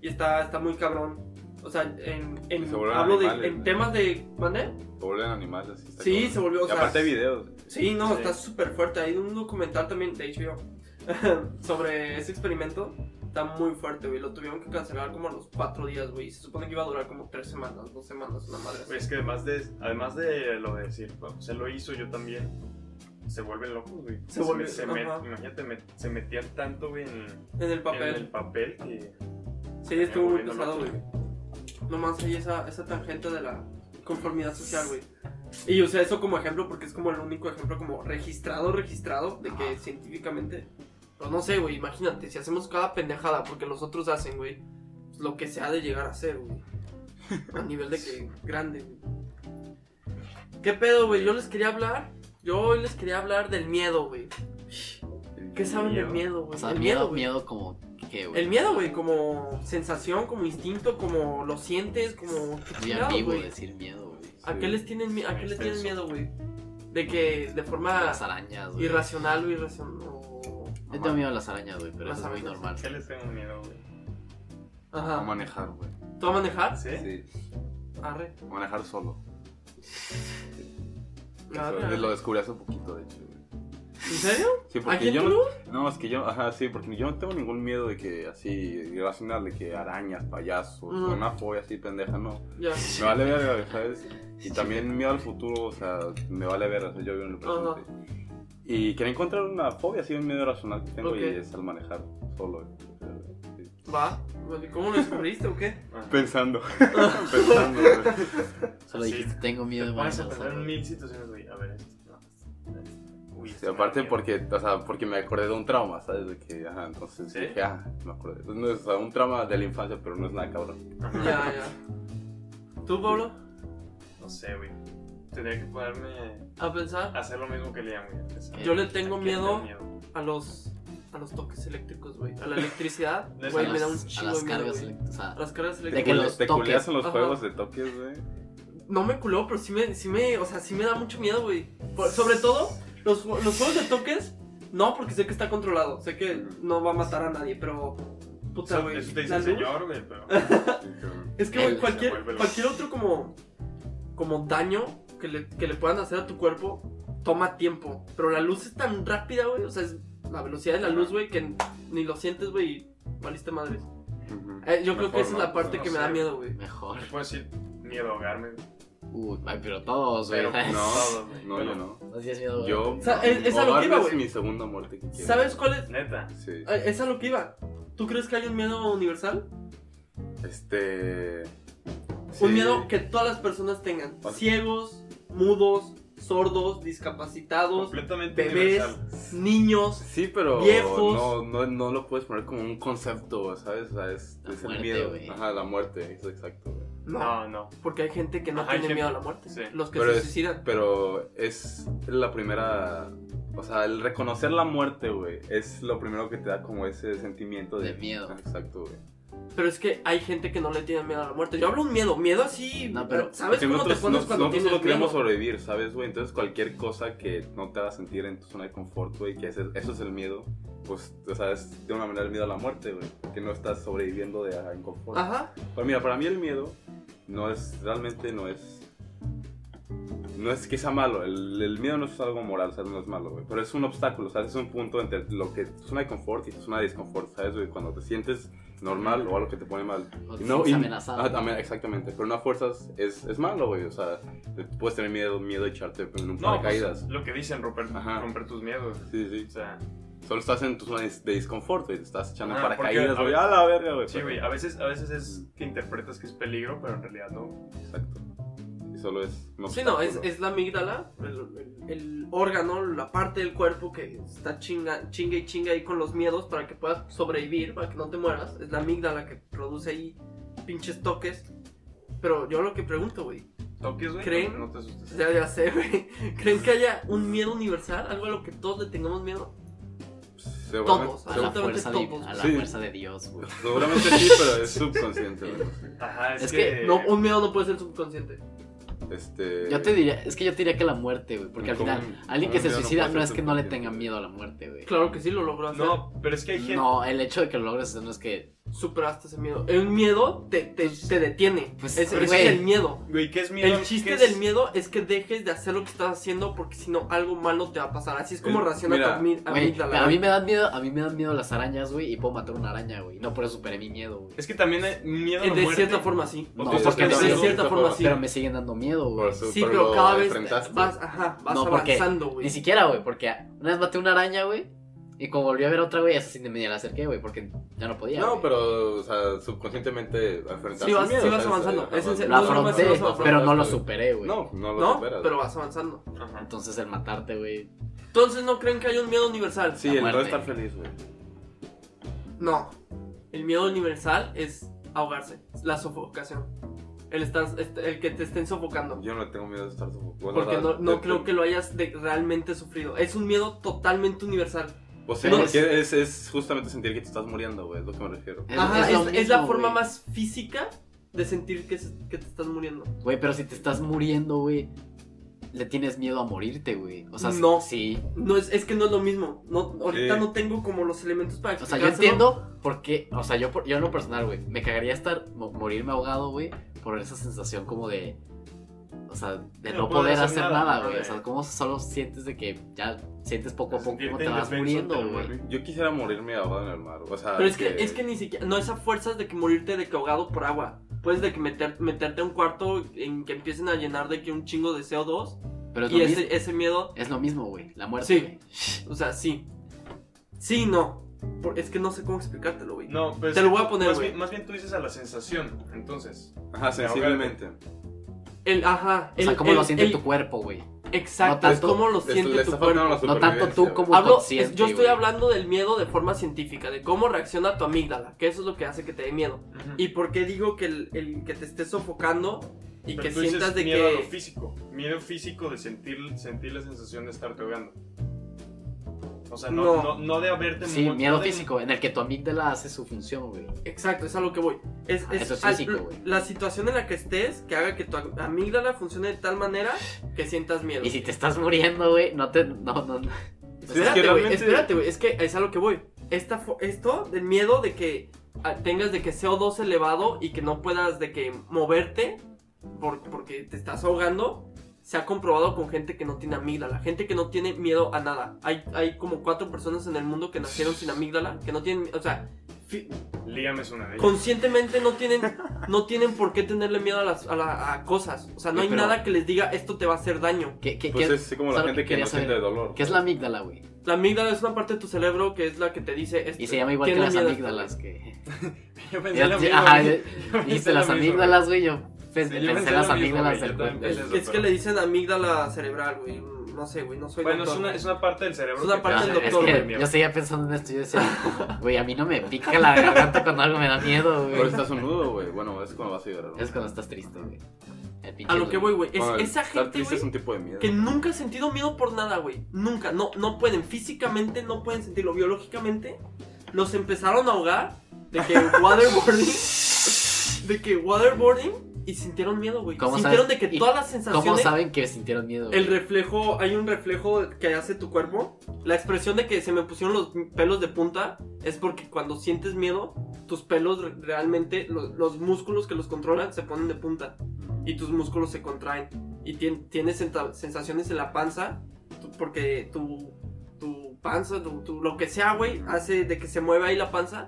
Y está, está muy cabrón. O sea, en, en-
Y se vuelven
hablo de,
animales,
en
¿no?
temas de. ¿Mandé?
Se vuelven animales. así, está
Sí,
cabrón.
se volvió. O
Y
sea,
aparte de videos.
Sí, no,
Sí.
está súper fuerte. Hay un documental también de HBO <laughs> sobre ese experimento. Está muy fuerte, güey. Lo tuvieron que cancelar como a los cuatro días, güey. Se supone que iba a durar como tres semanas, dos semanas, una madre. así.
Pues Es que además de, además de lo de decir, "Bueno, pues, se lo hizo yo también, se vuelven locos, güey.
Se vuelven-
se met-
ajá.
Imagínate, met- se metían tanto, güey, en,
En el
en el
papel.
papel que.
Sí, estuvo muy
volviendo
pesado,
locos,
güey. Nomás hay esa, esa tangente de la conformidad social, güey. Y usé eso como ejemplo porque es como el único ejemplo como registrado, registrado, de que científicamente... Pero no sé, güey, imagínate, si hacemos cada pendejada porque los otros hacen, güey, pues lo que se ha de llegar a ser, güey. A nivel de que grande, güey. ¿Qué pedo, güey? Yo les quería hablar, yo hoy les quería hablar del miedo, güey. ¿Qué saben del miedo, güey?
O sea,
El
miedo,
güey.
miedo como que, güey.
El miedo, güey, como sensación, como instinto, como lo sientes, como... ¿qué
Muy
chingado,
ambiguo
güey?
decir miedo, güey.
¿A qué les tienen, mi- a qué les
Está
tienen
eso.
miedo, güey? De que de forma
Las arañas, güey. Yo
irracional o irracional. o-
tengo miedo a las arañas, güey, pero
Las
eso es muy
arañas.
normal.
¿Qué les tengo miedo, güey?
A
Ajá.
manejar, güey.
¿Tú a manejar?
¿Sí?
¿Ah, Sí.
Arre.
A manejar solo.
Arre,
Eso,
arre.
Lo descubrí hace poquito, de hecho. güey.
¿En serio?
Sí,
¿Aquí
porque
en
yo no,
Tulum?
no, es que yo, ajá, sí, porque yo no tengo ningún miedo de que así irracional de que arañas, payasos,
Ujú.
una fobia así pendeja, no.
Ya.
Me vale verga, ¿sabes? Y también miedo al futuro, o sea, me vale verga, o sea, yo vivo en el
Ajá.
presente. Y quería encontrar una fobia, así un miedo racional que tengo
Ok.
y es al manejar solo. eh,
Va. Bueno, ¿y ¿Cómo lo descubriste o qué?
Ah.
Pensando, <laughs> pensando. güey.
Solo
Sí.
dijiste, tengo
Te
miedo de
pones a
manejar
pensar en
solo".
mil situaciones, güey. A ver, esto. No, esto- Uy,
Sí,
esto me da
aparte
miedo.
porque, o sea, porque me acordé de un trauma, ¿sabes? De que, ajá, entonces
¿Sí?
dije, ah, me acordé. Entonces, no es, o sea, un trauma de la infancia, pero no es nada cabrón.
Ya,
Ajá.
ya. ¿Tú, Pablo?
No sé, güey. Tendría que ponerme
A pensar.
a hacer lo mismo que Liam, güey. empezar.
Yo le tengo
¿A qué
miedo
miedo?
a los a los toques eléctricos, güey. A la electricidad,
No es
güey,
a
me da
las-
un
a
chingo
las
de miedo,
cargas,
güey.
elect- o sea,
A las cargas
¿Te
De
eléctricas.
que
cul-
los
te
toques.
culeas en los
Ajá.
juegos de toques,
<laughs>
güey.
No me culó, pero sí me, sí me, o sea, sí me da mucho miedo, güey. Por- Sobre todo, los, ju- los juegos de toques, no, porque sé que está controlado. Sé que no va a matar a nadie, pero. Puta,
Eso
güey.
eso te dice
la
el
luz-
señor, güey,
<laughs>
pero.
Es que, güey,
Él
se
cualquier,
vuelve loco.
cualquier otro como, como daño que le, que le puedan hacer a tu cuerpo toma tiempo. Pero la luz es tan rápida, güey. O sea, es la velocidad de la luz, güey, que ni lo sientes, güey, y valiste madres. Eh, yo creo que
Mejor
esa es
no,
la parte
no
que me
sé.
da miedo, güey.
mejor.
Puedo decir miedo a ahogarme. güey.
Uy, ay, pero todos, güey. <laughs>
Pero
¿sabes?
No,
Todo, güey.
no, yo no.
No tienes miedo, güey.
Yo.
O sea, es- es a lo que iba,
ahogarme es
güey.
mi segunda muerte que quiero.
¿Sabes cuál es?
Neta.
Sí.
Eh, Es a lo que iba. ¿Tú crees que hay un miedo universal?
Este. sí.
Un miedo que todas las personas tengan.
Vale.
Ciegos, mudos, sordos, discapacitados,
Completamente
bebés,
universal.
niños.
Sí, pero
Viejos.
No, no, no lo puedes poner como un concepto, ¿sabes? O sea, es,
La
es el
muerte,
miedo.
güey.
Ajá, la muerte, es exacto. güey.
No, no.
Porque hay gente que no
Ajá, hay
tiene
gente-
miedo a la muerte.
sí.
Los que
Pero
se
es-
suicidan.
Pero es la primera. O sea, el reconocer la muerte, güey, es lo primero que te da como ese sentimiento de,
De miedo.
Ah, Exacto, güey.
Pero es que hay gente que no le tiene miedo a la muerte. Yo hablo un miedo, miedo así.
No, pero-
¿Sabes
Porque
cómo
nosotros,
te pones
nos-
cuando
nosotros
tienes
solo
miedo?
queremos sobrevivir, ¿sabes, güey? Entonces cualquier cosa que no te haga sentir en tu zona de confort, güey, que ese- eso es el miedo, pues, o sea, es de una manera el miedo a la muerte, güey. Que no estás sobreviviendo de a inconfort.
Ajá.
Pero mira, para mí el miedo no es, realmente no es, no es que sea malo, el, el miedo no es algo moral, o sea, no es malo, güey, pero es un obstáculo, o sea, es un punto entre lo que es una de confort y es una de disconfort, ¿sabes, güey? Cuando te sientes normal o algo que te pone mal.
O
Y
te
no,
sientes
y-
amenazado.
ah, amen- exactamente, pero no a fuerzas es, es malo, güey, o sea, puedes tener miedo, miedo de echarte en un
No, pues,
paracaídas.
lo que dicen, romper,
Ajá.
romper tus miedos.
Sí,
O
sí,
sea,
solo estás en tu zona de de disconfort, güey, te estás echando
Ah, porque
paracaídas,
a
güey,
veces-
a la verga, güey.
sí, güey, a veces, a veces es que interpretas que es peligro, pero en realidad no.
Exacto. Y solo es un
Sí, no, es,
obstáculo.
es la amígdala, el, el- el órgano, la parte del cuerpo que está chinga, chinga y chinga ahí con los miedos para que puedas sobrevivir, para que no te mueras. Es la amígdala que produce ahí pinches toques. Pero yo lo que pregunto, güey,
Toques, güey.
¿Creen?
No, no te asustes.
ya, ya sé, güey, <laughs> ¿creen que haya un miedo universal? ¿Algo a lo que todos le tengamos miedo?
Seguramente-
Todos,
A la
Son
segu-
absolutamente
fuerza de,
todos.
a la
Sí.
fuerza de Dios, güey.
Seguramente sí, pero es subconsciente. güey.
Ajá, es,
Es
que.
No, un miedo no puede ser subconsciente.
Este,
Yo te diría, es que yo te diría que la muerte, güey. Porque al
¿Cómo?
final, alguien que
No,
se
yo no
suicida
puedo
no
ser
es que no le
subconsciente.
tenga miedo a la muerte, güey.
Claro que sí, lo logró hacer.
No, pero es que hay gente.
No, el hecho de que lo logres no es que.
superaste ese miedo. El miedo te, te, te detiene.
Pues,
ese, ese
güey.
es el miedo.
Güey, ¿qué es miedo?
el chiste
¿Qué es-
del miedo es que dejes de hacer lo que estás haciendo porque si no algo malo te va a pasar. Así es como
Eh,
reacciona
mira,
tu amí-
Güey,
amígdala.
a mí me dan miedo, a mí me dan miedo las arañas, güey, y puedo matar una araña, güey. No por eso superé mi miedo, güey.
Es que también hay miedo a
Eh,
la
de
muerte.
cierta forma sí.
No,
O
porque
sea,
no,
es
de
miedo.
cierta forma sí.
Pero me siguen dando miedo, güey.
por su-
Sí,
por
pero
lo
cada vez
enfrentaste.
vas, ajá, vas
No, porque
avanzando,
Ni
güey.
siquiera, güey, porque una vez maté una araña, güey, y como volví a ver otra, güey, esa sí me la acerqué, güey, porque ya no podía.
No,
güey.
pero, o sea, subconscientemente enfrentaste
Sí vas-
miedo,
sí vas
¿sabes?
avanzando,
Ajá,
es en serio,
La
no, no, no,
afronté,
no, no, no, no,
pero no lo
afrontaste,
superé, güey.
No, no lo
¿No?
superas.
Pero vas avanzando.
Ajá.
Entonces el matarte, güey.
Entonces no creen que hay un miedo universal.
Sí,
La
el no
muerte.
estar feliz, güey.
No. El miedo universal es ahogarse, la sofocación. El estar este- el que te estén sofocando.
Yo no le tengo miedo de estar sofocado.
Porque no, no creo que lo hayas de- realmente sufrido. Es un miedo totalmente universal.
Pues sí,
no-
porque es, es justamente sentir que te estás muriendo, güey, es lo que me refiero.
Es-
Ajá, es,
lo
es la
mismo,
forma
güey.
más física de sentir que, se- que te estás muriendo.
Güey, pero si te estás muriendo, güey, le tienes miedo a morirte, güey. O sea,
No.
sí.
No, es, es que no es lo mismo. No, ahorita
Sí.
no tengo como los elementos para
O sea, yo
explicárselo.
entiendo por qué. O sea, yo, por- yo en lo personal, güey. Me cagaría estar mo- morirme ahogado, güey. Por esa sensación como de. O sea, de
De
no
no
poder
poder
hacer
hacer nada,
nada,
¿no?
güey. O
De-
sea, como solo sientes de que ya sientes poco a
De
poco cómo
sentirte
te vas
indefenso
muriendo,
ante la
güey.
muerte.
Yo quisiera morirme ahogado en el mar, o sea...
Pero es que, es que ni siquiera. No es a fuerzas de que morirte de que ahogado por agua. Puedes de que meter- meterte a un cuarto en que empiecen a llenar de que un chingo de CO2.
Pero es lo,
y
mismo,
ese, ese miedo,
es lo mismo, güey. La muerte.
Sí.
güey.
o sea, sí. Sí, no. Por- es que no sé cómo explicártelo, güey.
No, pero es
Te
que
lo voy a
tú-
poner,
Más,
güey.
bien- más bien tú dices a la sensación, entonces.
Ajá, sensiblemente.
El, ajá.
O sea,
el-
cómo
el-
lo siente
el-
tu cuerpo, güey.
Exacto,
No tanto-
es cómo lo
Les-
siente
les
tu
está faltando
cuerpo.
la
No tanto tú
supervivencia,
como-
güey.
Hablo,
consciente,
es- yo estoy
güey.
hablando del miedo de forma científica, de cómo reacciona tu amígdala, que eso es lo que hace que te dé miedo. ¿Y por qué digo que el, el que te estés sofocando y
Pero
que
tú dices
sientas de
miedo a lo
que...
físico. Miedo físico de sentir, sentir la sensación de estarte ahogando. O sea, no,
No.
no. no de haberte
Sí,
mu-
miedo
no de-
físico, en el que tu amígdala hace su función, güey.
Exacto, es a lo que voy. Es,
Ah,
es-
eso es
al-
físico, güey.
la situación en la que estés que haga que tu am- amígdala funcione de tal manera que sientas miedo.
Y si te estás muriendo, güey, no te. No, no, no.
Sí, es
Espérate,
que
güey,
realmente-
espérate, güey, es que es a lo que voy. Esta, fo- esto del miedo de que ah, tengas de que CO2 elevado y que no puedas de que moverte por- porque te estás ahogando, se ha comprobado con gente que no tiene amígdala, gente que no tiene miedo a nada. Hay, hay como cuatro personas en el mundo que nacieron sin amígdala, que no tienen, o
<laughs>
sea, fi-
Lígame es una de ellas.
conscientemente no tienen, no tienen por qué tenerle miedo a las a la- a cosas. O sea, no
Güey,
hay
pero-
nada que les diga esto te va a hacer daño.
¿Qué, qué,
Pues
qué-
es como la
¿sabes
gente
qué
que
quería
no siente
saber?
dolor.
qué es la amígdala, güey?
La amígdala es una parte de tu cerebro que es la que te dice esto.
Y se llama igual que
tiene
las
miedo a esto,
amígdalas, que.
Yo
<laughs>
pensé
Ya-
lo
ya-
mismo,
ajá,
<laughs>
güey.
ya-
Yo <laughs> pensé
dijiste
lo
las
mismo.
amígdalas, güey. Yo pens-
Sí,
pensé
yo pensé
en las
lo mismo,
amígdalas
güey,
del
yo también
cuerpo.
Es,
pensé.
es que le dicen amígdala cerebral, güey. No sé, güey, no soy
Bueno, es
doctor.
una, es una parte del cerebro.
Es una
que
parte
Ah,
te
del
hace-
es
doctor,
que
güey,
que
te miedo.
yo seguía pensando en esto. Yo decía, <laughs> güey, a mí no me pica la garganta cuando algo me da miedo,
Pero
güey.
estás un nudo, güey. Bueno, es cuando vas a llorar. ¿no?
Es cuando estás triste, güey. El pinche
A lo que voy, güey. Es,
Bueno,
esa
estar
gente,
triste es
güey,
un tipo de miedo.
que nunca ha sentido miedo por nada, güey. Nunca. No, no pueden. Físicamente no pueden sentirlo. Biológicamente los empezaron a ahogar de que waterboarding. de que waterboarding y sintieron miedo, güey.
¿Cómo
Sintieron
sabes?
de que
¿Y
todas las
¿Cómo
sensaciones
saben que sintieron miedo? güey?
El reflejo, hay un reflejo que hace tu cuerpo. La expresión de que se me pusieron los pelos de punta es porque cuando sientes miedo, tus pelos re- realmente, lo- los, músculos que los controlan se ponen de punta y tus músculos se contraen. Y tien- tienes senta- sensaciones en la panza tu- porque tu, tu panza, tu, tu- lo que sea, güey, hace de que se mueva ahí la panza.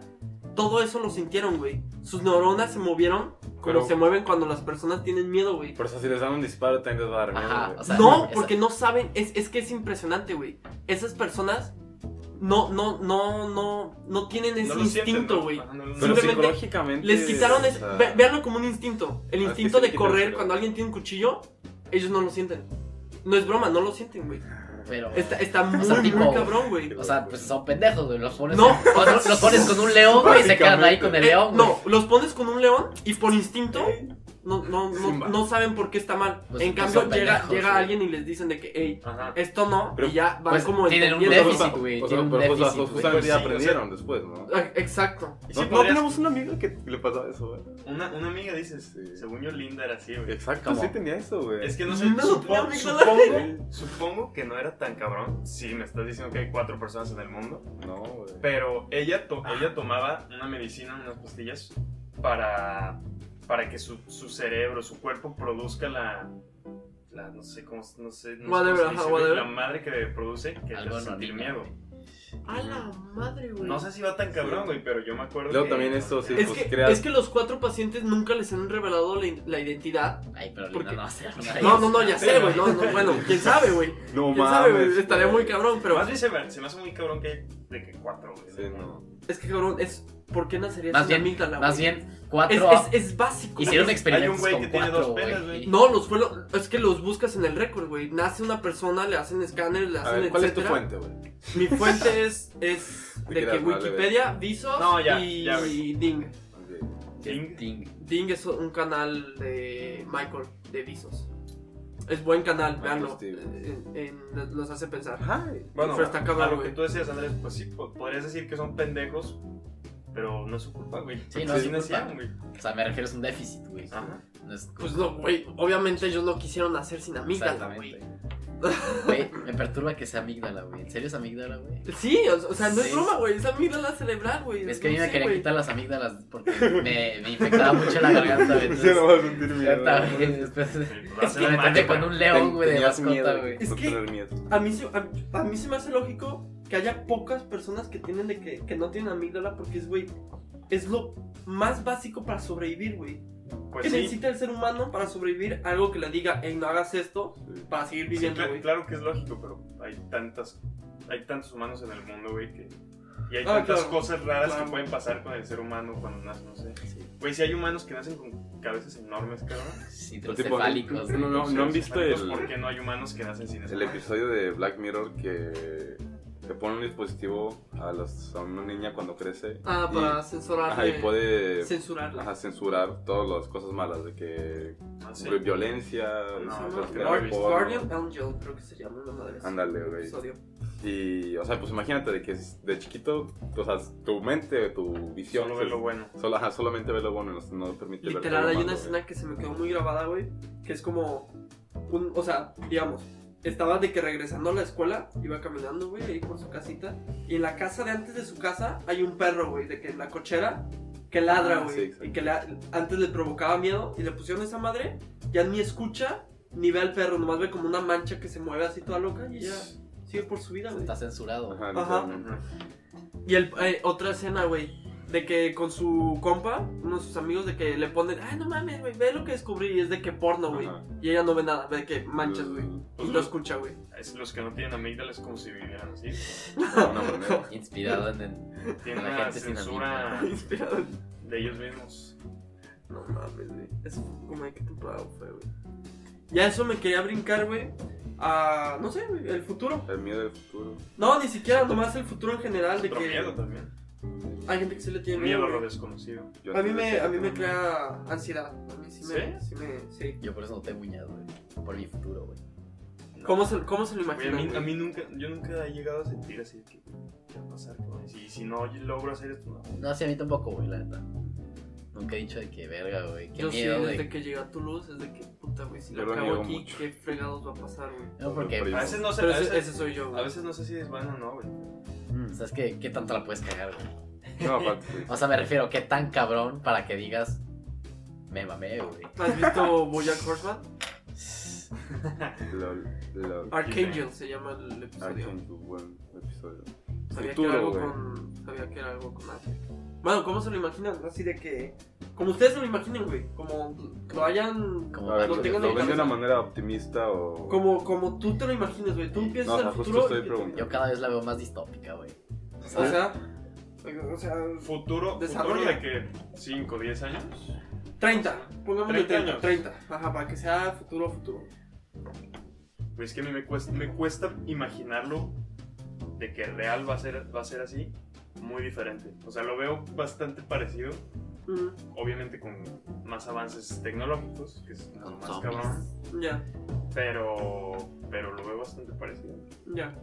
Todo eso lo sintieron, güey. Sus neuronas se movieron como
Pero-
se mueven cuando las personas tienen miedo, güey.
Por eso si les dan un disparo también les va a dar miedo.
Ajá,
güey.
o sea,
no,
esa-
porque no saben, es, es que es impresionante, güey. Esas personas no, no, no, no, no tienen ese
No lo sienten,
instinto,
¿no?
güey.
Ajá, no lo-
Pero
simplemente
psicológicamente.
Les quitaron,
o
ese,
sea,
ve- véanlo como un instinto. El
Ah, es que
instinto
sí le
de
quitaron
correr
el-
cuando alguien tiene un cuchillo, ellos no lo sienten. No es broma, no lo sienten, güey.
Pero,
Está,
<laughs>
está muy,
sea,
muy
tipo-
cabrón, güey.
o sea, pues son pendejos, güey. Los pones,
No.
con, los pones con un león, güey, y se quedan ahí con el
Eh,
león. güey.
no, los pones con un león y por instinto no, no, no,
Simba.
no saben por qué está mal.
Pues,
en
pues
cambio,
son
llega,
pendejos,
llega
güey.
alguien y les dicen de que, hey,
Ajá.
esto no,
Pero,
y ya van
pues,
como
tienen un
entendiendo.
déficit, güey,
O sea,
tiene un
pero pues,
déficit, güey.
justamente ya
Pues sí, o sea-
aprendieron después, ¿no?
Ah, Exacto.
Y sí
No, no
podrías-
tenemos una amiga que le pasaba eso, güey.
Una, una amiga dices,
Sí.
según yo Linda era así, güey.
Exacto,
¿Cómo?
sí tenía eso, güey.
Es que no sé,
No,
supo-
tenía amígdala.
supongo, supongo que no era tan cabrón. Sí, me estás diciendo que hay cuatro personas en el mundo.
No, güey.
Pero ella, to-
Ah.
ella tomaba una medicina, unas pastillas, para, para que su, su cerebro, su cuerpo produzca la... la no sé cómo, no sé, no sé
Whatever,
cómo se
ajá,
dice, güey,
whatever.
la madre que produce que te
Algo
hace sentir
anónimo,
miedo.
güey.
A la madre, güey.
No sé si va tan cabrón, güey, pero yo me acuerdo
Luego
que...
también esto, sí,
es,
pues,
que,
creas-
es que los cuatro pacientes nunca les han revelado la, la identidad.
Ay, pero
¿Por
Lina
qué?
no va a ser
No, no, no, ya sé, güey. No, no, bueno, quién sabe, güey.
No
Quién sabe,
mames,
güey. Estaría
güey.
muy cabrón, pero
Más bien se me, se me hace muy cabrón que de que cuatro, güey.
Sí, no.
es que cabrón, es ¿por qué nacería
Más
sin
bien,
amígdala,
Más
güey?
bien,
Es,
cuatro.
es, es básico.
Hicieron
güey.
experimentos
Hay un güey
con
que tiene
cuatro,
dos penas,
güey.
güey.
No, los fue lo- es que los buscas en el récord, güey. Nace una persona, le hacen escáner, le
A
hacen
ver, ¿cuál es tu
etcétera.
fuente, güey?
Mi fuente es, es
Te
de que
creas, vale, ve.
Wikipedia, Visos
No, ya,
y,
ya, güey.
y Ding.
Ok.
Ding.
Ding.
Ding es un canal de Michael, de Visos. Es buen canal,
Ah,
véanlo.
pues, sí.
En- en- los hace pensar.
Ajá.
Bueno,
Pero está cabrón,
a lo que
güey.
tú decías, Andrés, pues sí, po- podrías decir que son pendejos, pero no es su culpa, güey.
Sí, no
Así
es su culpa.
nacieron, güey.
O sea, me refiero es un déficit, güey.
Ajá.
<laughs>
No es-
Pues no, güey. Obviamente ellos no quisieron hacer sin amígdala, güey.
Exactamente. Güey, me perturba que sea amígdala, güey. ¿En serio es amígdala, güey?
Sí, o, o sea, no es
Sí.
broma, güey. Es amígdala cerebral, güey.
Es que a mí
No
me
sé,
querían
güey.
quitar las amígdalas porque me, me infectaba mucho la garganta,
<laughs>
güey.
Ya
Entonces,
no vas a sentir miedo.
neta,
güey.
güey, después
<laughs> Sí, pues,
es
hacen
que me
mal,
traté con
güey.
un león, güey, de
Tenías
mascota,
miedo,
güey.
Es
No
que-
tener miedo.
A mí, se- a, a mí se me hace lógico que haya pocas personas que tienen de que, que no tienen amígdala porque es, güey, es lo más básico para sobrevivir, güey.
Pues
¿Qué
sí,
necesita el ser humano para sobrevivir algo que le diga, hey, no hagas esto
Sí.
para seguir
sí,
viviendo,
cla-
güey?
claro que es lógico, pero hay tantas, hay tantos humanos en el mundo, güey, que... Y hay
Ah,
tantas
claro.
cosas raras
Claro.
que pueden pasar con el ser humano cuando nace, no sé.
Sí.
Güey, si hay humanos que nacen con cabezas enormes, cabrón.
Sí,
Pero tipo,
hidrocefálicos,
no, no,
güey. pues,
no, no han visto
Entonces,
el,
¿Por qué no hay humanos que nacen sin esa
el
madre?
episodio de Black Mirror que te pone un dispositivo a, las- a una niña cuando crece.
Ah,
y-
para censurar.
ajá, y puede
Censurarla.
ajá, censurar todas las cosas malas, de que
Ah, sí.
violencia,
No,
Se llama
no,
transgredir
Guard-
porno.
Guardian Angel, creo que se llama una madre. así.
Ándale, güey.
Episodio.
Y, o sea, pues imagínate de que es- de chiquito, o sea, tu mente, tu visión.
Solo ve
es-
lo bueno.
solo- ajá, solamente ve lo bueno, no, no permite ver
Literal,
todo
hay
lo
una
malo, güey.
escena que se me quedó muy grabada, güey, que es como, un, o sea, digamos, estaba de que regresando a la escuela, iba caminando, güey, ahí por su casita, y en la casa de antes de su casa hay un perro, güey, de que en la cochera, que ladra,
Ah, sí,
güey,
exacto.
y que le ha- antes le provocaba miedo, y le pusieron esa madre, ya ni escucha, ni ve al perro, nomás ve como una mancha que se mueve así toda loca, y ella sigue por su vida, güey.
Está censurado.
Ajá,
Ajá.
literalmente.
Y el, eh, otra escena, güey, de que con su compa, uno de sus amigos, de que le ponen, ay, no mames, güey, ve lo que descubrí, y es de que porno, güey.
Ajá.
Y ella no ve nada, ve que manchas, güey. Y
Pues,
lo escucha, güey. <laughs>
Es los que no tienen amígdalas como si vivieran así.
De alguna manera.
Inspirado en, en-
Tienen
La
una
gente sin
censura
Inspirado.
de ellos mismos.
No mames, güey. Eso fue como de qué temporada fue, güey. Ya eso me quería brincar, güey. A, no sé, güey, el futuro.
El miedo del futuro.
No, ni siquiera, nomás el futuro en general. De
Otro
que
miedo también.
hay gente que sí le tiene
Miedo
miedo.
a lo
güey.
desconocido.
Yo
A mí
antes de
me,
ser-
a mí me crea ansiedad. A mí sí me. Sí, me, sí.
Yo por eso no tengo buñado, güey. Por mi futuro, güey.
No.
¿Cómo, se, ¿Cómo se lo
Güey, a,
imaginan?
mí, a
güey?
mí nunca, yo nunca he llegado a sentir así de que ¿qué va a pasar, cabrón? Si, si no logro hacer esto, no.
No, sí, a mí tampoco, güey, la neta. Nunca he dicho de que verga, güey. Qué miedo,
Yo sí, este
güey.
desde que llegué a Toulouse, es de que puta, güey, si
Yo
lo
lo
acabo
niego
aquí,
mucho.
qué fregados va a pasar, güey.
No, porque.
Pero
A veces no sé, a
Pero ese,
veces,
ese soy yo,
a
güey.
veces no sé si es bueno o no, güey.
mm, ¿Sabes qué, qué tanto la puedes cagar, güey?
No, aparte. sí.
O sea, me refiero, qué tan cabrón para que digas. Me mamé, güey.
¿Has visto Bojack Horseman?
Lol, lol.
Archangel se llama el episodio.
Arcane, tu buen episodio.
Ah, Sabía
Futuro,
que era algo
güey.
con. Sabía que era algo con Ángel. Bueno, ¿cómo se lo imaginan? Así de que. Como ustedes se lo imaginen, güey. Como lo hayan.
Como-
A ver,
Lo
lo,
tengo en
lo
mi
ven de una
cabeza.
manera optimista o.
Como, como tú te lo imagines, güey. Tú
No,
piensas
o
en
sea,
el
justo
futuro.
estoy
y-
preguntando.
Yo cada vez la veo más distópica, güey.
O sea. O sea.
Futuro,
Desarrolla.
futuro de que 5, 10 años.
30. Pongámosle
30
30.
años.
30. Ajá, para que sea futuro, futuro.
Pues es que a mí me cuesta, me cuesta imaginarlo de que real va a ser, va a ser así, muy diferente. O sea, lo veo bastante parecido,
Mm,
obviamente con más avances tecnológicos, que es lo
Con
más
zombies.
cabrón,
Ya,
pero, pero lo veo bastante parecido.
ya.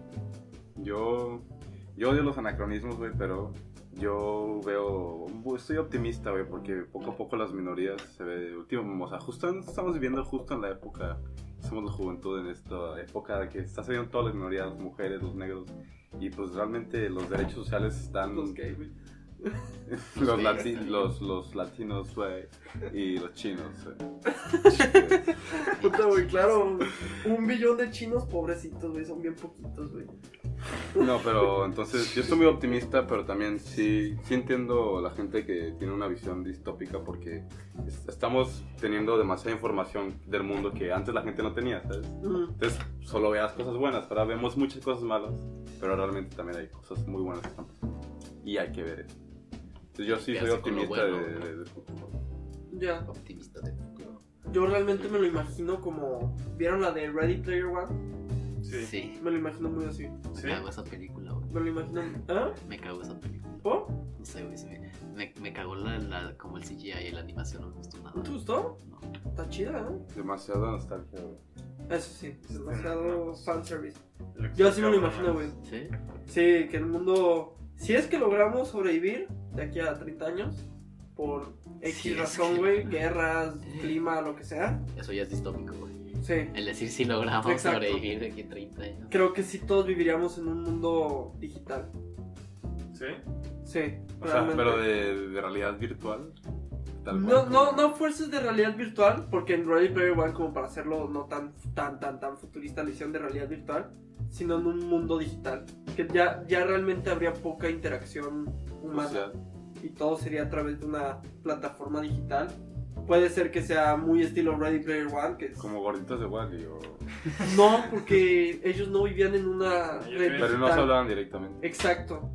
Yo, yo odio los anacronismos, güey, pero yo veo, estoy optimista, güey, porque poco a poco las minorías se ve último, o sea, justo en- estamos viviendo justo en la época, somos la juventud en esta época de que está saliendo todas las minorías, las mujeres, los negros, y pues realmente los derechos sociales están
Los gays, güey. <laughs>
los,
Los
lati-
negros.
los, los latinos, güey, y los chinos, güey.
<laughs> Puta, güey, claro. Un billón de chinos pobrecitos, güey. Son bien poquitos, güey.
No, pero entonces yo estoy muy optimista, pero también sí, sí entiendo la gente que tiene una visión distópica porque es- estamos teniendo demasiada información del mundo que antes la gente no tenía, ¿sabes?
Mm,
Entonces solo veas cosas buenas, ahora vemos muchas cosas malas, pero realmente también hay cosas muy buenas que están pasando. Y hay que ver eso. Entonces yo sí soy
Quedarse con lo
optimista
bueno.
de, de- de futuro.
ya.
Optimista de futuro.
Yo realmente me lo imagino como. ¿Vieron la de Ready Player One?
Sí, sí.
Sí.
Me lo imagino muy así.
Me
¿Sí?
cago esa película, güey.
Me lo imagino. ¿Ah?
Me cago esa película.
¿Por?
No sé, güey. se me- Me, me cagó la, la- como el CGI y la animación, no me gustó nada.
¿No te gustó? Está chida, ¿eh?
Demasiada nostalgia, güey.
Eso sí,
Sí,
demasiado
no.
fanservice.
Lo que
Yo
está
así me lo
cabrón
imagino,
es-
güey.
¿Sí?
Sí, que el mundo. Si es que logramos sobrevivir de aquí a 30 años, por X
Sí, es
razón,
que-
güey, guerras, clima, lo que sea.
Eso ya es distópico, güey.
Sí.
El decir si logramos
Exacto.
sobrevivir de aquí 30 años.
Creo que sí todos viviríamos en un mundo digital.
Sí,
Sí.
O sea,
realmente.
pero de, de realidad virtual. tal
No,
cual.
no, no fuerces de realidad virtual, porque en Ready Player One, como para hacerlo no tan, tan, tan, tan futurista, la hicieron de realidad virtual, sino en un mundo digital. Que ya, ya realmente habría poca interacción
O
humana
sea,
y todo sería a través de una plataforma digital. Puede ser que sea muy estilo Ready Player One, que es-
como gorditos de Wally o...
<laughs> no, porque ellos no vivían en una red
Ellos vivían-
Pero no se
digital.
hablaban directamente.
Exacto.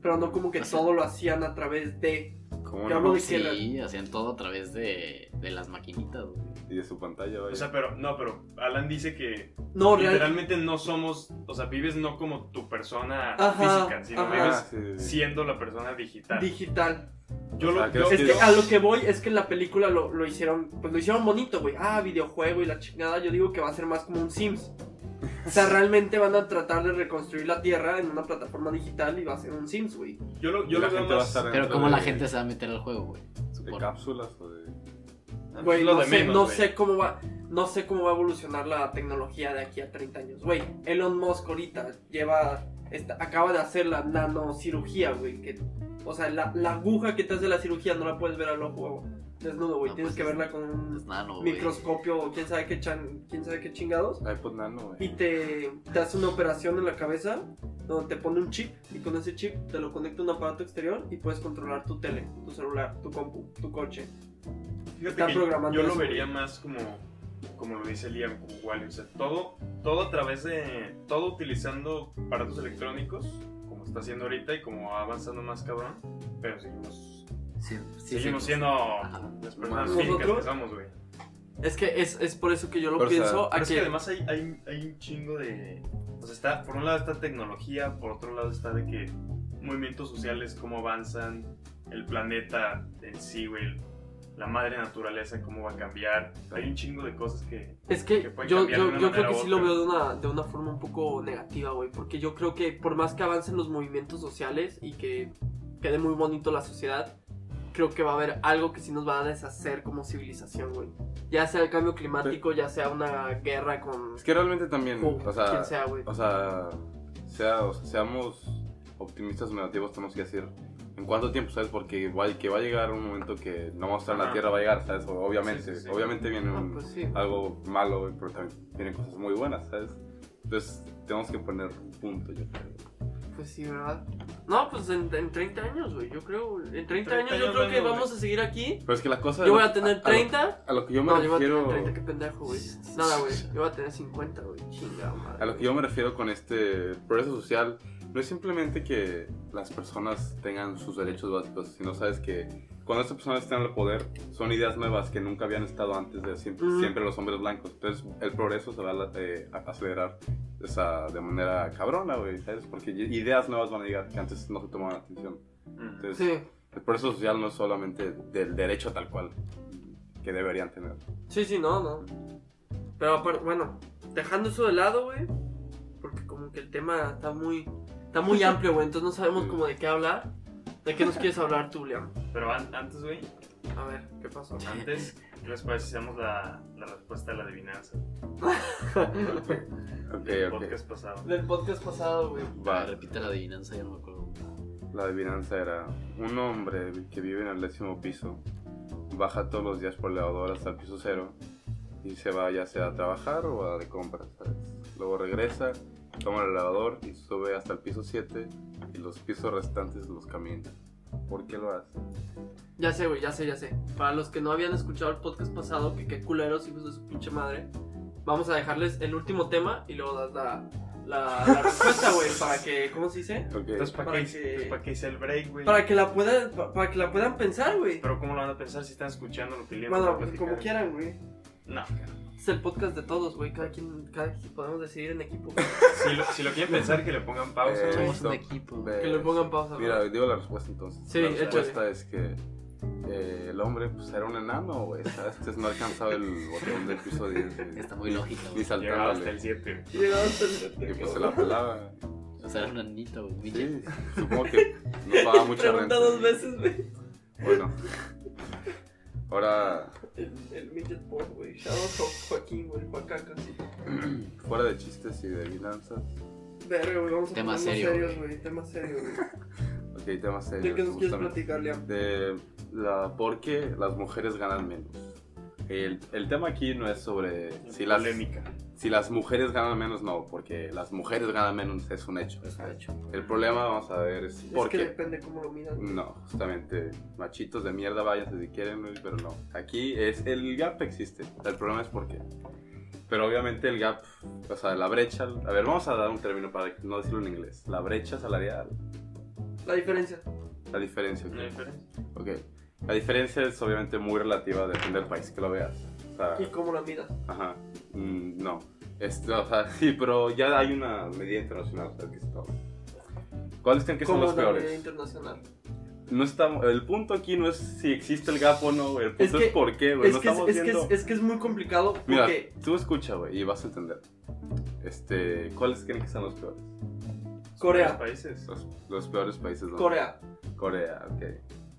Pero no como que
O sea-
todo lo hacían a través de.
Como
Ya
no?
hablo de que
Sí, hacían todo a través de, de las maquinitas, güey.
Y y de su pantalla, vaya.
O sea, pero, no, pero Alan dice que
No, real-
literalmente no somos, o sea, vives no como tu persona
Ajá,
física, sino
ajá.
Ah,
vives
sí, sí, sí.
siendo la persona digital.
digital.
yo
O
lo
sea,
yo-
Es
Sí,
que
¿no?
a lo que voy es que en la película lo, lo hicieron, pues lo hicieron bonito, güey. Ah, videojuego y la chingada. Yo digo que va a ser más como un Sims. O
<laughs>
sea, realmente van a tratar de reconstruir la Tierra en una plataforma digital y va a ser un Sims, güey.
yo lo,
Y
yo
la
lo veo
gente va a
más
estar
Pero
dentro
cómo la
de-
gente se va a meter al juego, güey.
de
Supongo.
cápsulas o de
Güey,
lo
no,
de
sé,
menos,
no
güey.
sé cómo va, no sé cómo va a evolucionar la tecnología de aquí a 30 años. Güey, Elon Musk ahorita lleva, está- acaba de hacer la nanocirugía, güey. que- O sea, la, la aguja que te hace la cirugía no la puedes ver al ojo desnudo, güey.
No,
Tienes
pues
que
es-
verla con un
Pues nano, güey.
microscopio o quién sabe qué chan- quién sabe qué chingados.
iPod Nano, güey.
Y te, te hace una operación en la cabeza donde te pone un chip y con ese chip te lo conecta a un aparato exterior y puedes controlar tu tele, tu celular, tu compu, tu coche.
Fíjate
Están
que
programando
yo lo
eso,
vería más como, como lo dice Liam, como Wally. O sea, todo, todo a través de. Todo utilizando aparatos electrónicos, como está haciendo ahorita y como va avanzando más cabrón. Pero seguimos,
Sí, sí,
seguimos
sí.
siendo
Ajá.
las personas
Humanos.
físicas que
Nosotros-
somos, güey.
Es que es, es por eso que yo lo
Pero, o sea,
pienso. a
Pero es que
que-
además hay, hay, hay un chingo de. O sea, está, por un lado está tecnología, por otro lado está de que movimientos sociales, cómo avanzan, el planeta en sí, güey, el- la madre naturaleza, cómo va a cambiar. Hay un chingo de cosas que.
Es que,
que pueden
yo,
cambiar de
yo,
una
yo creo
manera
que
u
sí lo
otra.
veo de una, de una forma un poco negativa, güey. Porque yo creo que por más que avancen los movimientos sociales y que quede muy bonito la sociedad, creo que va a haber algo que sí nos va a deshacer como civilización, güey. Ya sea el cambio climático, ya sea una guerra con,
Es que realmente también,
con
o sea,
quien sea, güey.
O sea, sea- o sea, seamos optimistas o negativos, tenemos que decir en cuánto tiempo, ¿sabes? Porque igual que va a llegar un momento que no vamos a estar en la
Ajá.
Tierra, va a llegar, ¿sabes? O- Obviamente,
Sí, sí, sí.
obviamente viene
Ah,
un-
pues sí.
algo malo, güey, pero también vienen cosas muy buenas, ¿sabes? Entonces, tenemos que poner un punto, yo creo.
Pues sí, ¿verdad? No, pues en, en 30 años, güey. Yo creo. En 30,
30
años, yo
años
creo que
vemos,
vamos a seguir aquí.
Pero es que la cosa...
Yo voy a tener 30.
A, lo que yo me
No, yo voy a
refiero...
tener 30, qué pendejo, güey. Nada, güey. Yo voy a tener 50, güey. Chinga, madre.
A lo que yo me refiero con este progreso social no es simplemente que las personas tengan sus derechos básicos, sino sabes que cuando estas personas están en el poder son ideas nuevas que nunca habían estado antes de siempre,
Ujú.
siempre los hombres blancos. Entonces el progreso se va a, la- eh, a- acelerar o sea, de manera cabrona, güey, ¿sabes? Porque ye- ideas nuevas van a llegar que antes no se tomaban atención. Entonces
Sí,
el progreso social no es solamente del derecho tal cual que deberían tener.
sí, sí, no, no. Pero aparte, bueno, dejando eso de lado, güey. Porque como que el tema está muy. Está muy amplio, güey. Entonces no sabemos como de qué hablar. ¿De qué nos quieres hablar tú, Liam?
Pero an- antes, güey,
A ver, ¿qué pasó?
antes, ¿qué les parece si hacemos la, la respuesta a
<laughs>
la adivinanza
Ok,
del
ok.
podcast pasado?
Del podcast pasado, güey.
Va.
Repite la adivinanza, yo no me acuerdo.
La adivinanza era un hombre que vive en el décimo piso, baja todos los días por la elevador hasta el piso cero y se va ya sea a trabajar o a de compras. ¿sabes? Luego regresa, toma el elevador y sube hasta el piso 7 y los pisos restantes los camina. ¿Por qué lo hace?
Ya sé, güey, ya sé, ya sé. Para los que no habían escuchado el podcast pasado, que qué culeros, hijos de su pinche madre. Vamos a dejarles el último tema y luego das la, la, la respuesta, güey, para que. ¿Cómo se dice?
Entonces, ¿para,
Para
qué,
que-
entonces, ¿para qué hice el break, güey?
Para que la puedan, pa- para que la puedan pensar, güey.
Pero ¿cómo lo van a pensar si están escuchando lo que Liam
Bueno,
está
pues
platicando?
como quieran, güey.
No,
Es el podcast de todos, güey. Cada quien, cada quien podemos decidir en equipo.
si lo, si lo quieren pensar, que le pongan pausa.
Eh,
güey.
Somos un
stop.
equipo.
Ve-
Que le pongan pausa,
Mira,
¿no?
digo la respuesta entonces.
Sí,
la
échale.
respuesta es que eh, el hombre pues, era un enano, güey. ¿sabes? Entonces no alcanzaba el botón del piso 10.
<laughs>
güey.
Está muy lógica,
Ni
güey.
Llegaba hasta
saltándole.
el 7.
Llegamos al-
Y pues se la
<laughs>
pelaba.
O sea, era un anito, güey.
Sí, supongo que no
<laughs>
paga mucha
Pregunta
renta.
dos veces, güey.
Bueno. Ahora,
El, el midget porn, güey. Shadow Jo- Joaquín, güey. Joacacas.
fuera de chistes y de finanzas.
Verga, güey. Vamos a
Tema
ponernos
serio,
serios, güey. Tema serio, güey.
Ok, temas serios.
¿De qué nos quieres
justamente.
platicar, Liam?
De la, por qué las mujeres ganan menos. El, el tema aquí no es sobre si las,
polémica.
si las mujeres ganan menos, no, porque las mujeres ganan menos es un hecho.
Es un hecho.
El problema, vamos a ver, es
Es
por
que
qué. Mm.
depende cómo lo miras. güey.
No, justamente, machitos de mierda, váyanse si quieren, güey, pero no. Aquí es, el gap existe, el problema es por qué. Pero obviamente el gap, o sea, la brecha, a ver, vamos a dar un término para no decirlo en inglés. La brecha salarial,
La diferencia.
la diferencia. ok.
¿No hay diferencia?
Ok. La diferencia es obviamente muy relativa, depende del país que lo veas. O sea,
¿Y cómo la miras?
Ajá. Mm, no. Este, o sea, <laughs> sí, pero ya hay una medida internacional. o sea, que está- ¿Cuáles creen que son
¿Cómo
los
la medida
peores?
internacional?
No estamos, el punto aquí no es si existe el gap o no, güey. El punto
Es
es,
que-
por qué, güey.
es,
No
que es,
estamos
es que es-
viendo.
es que es muy complicado porque
Mira, tú escucha, güey, y vas a entender. Este, ¿cuáles creen que son los peores?
Corea,
países.
Los, los peores países. ¿no?
Corea,
Corea, ok.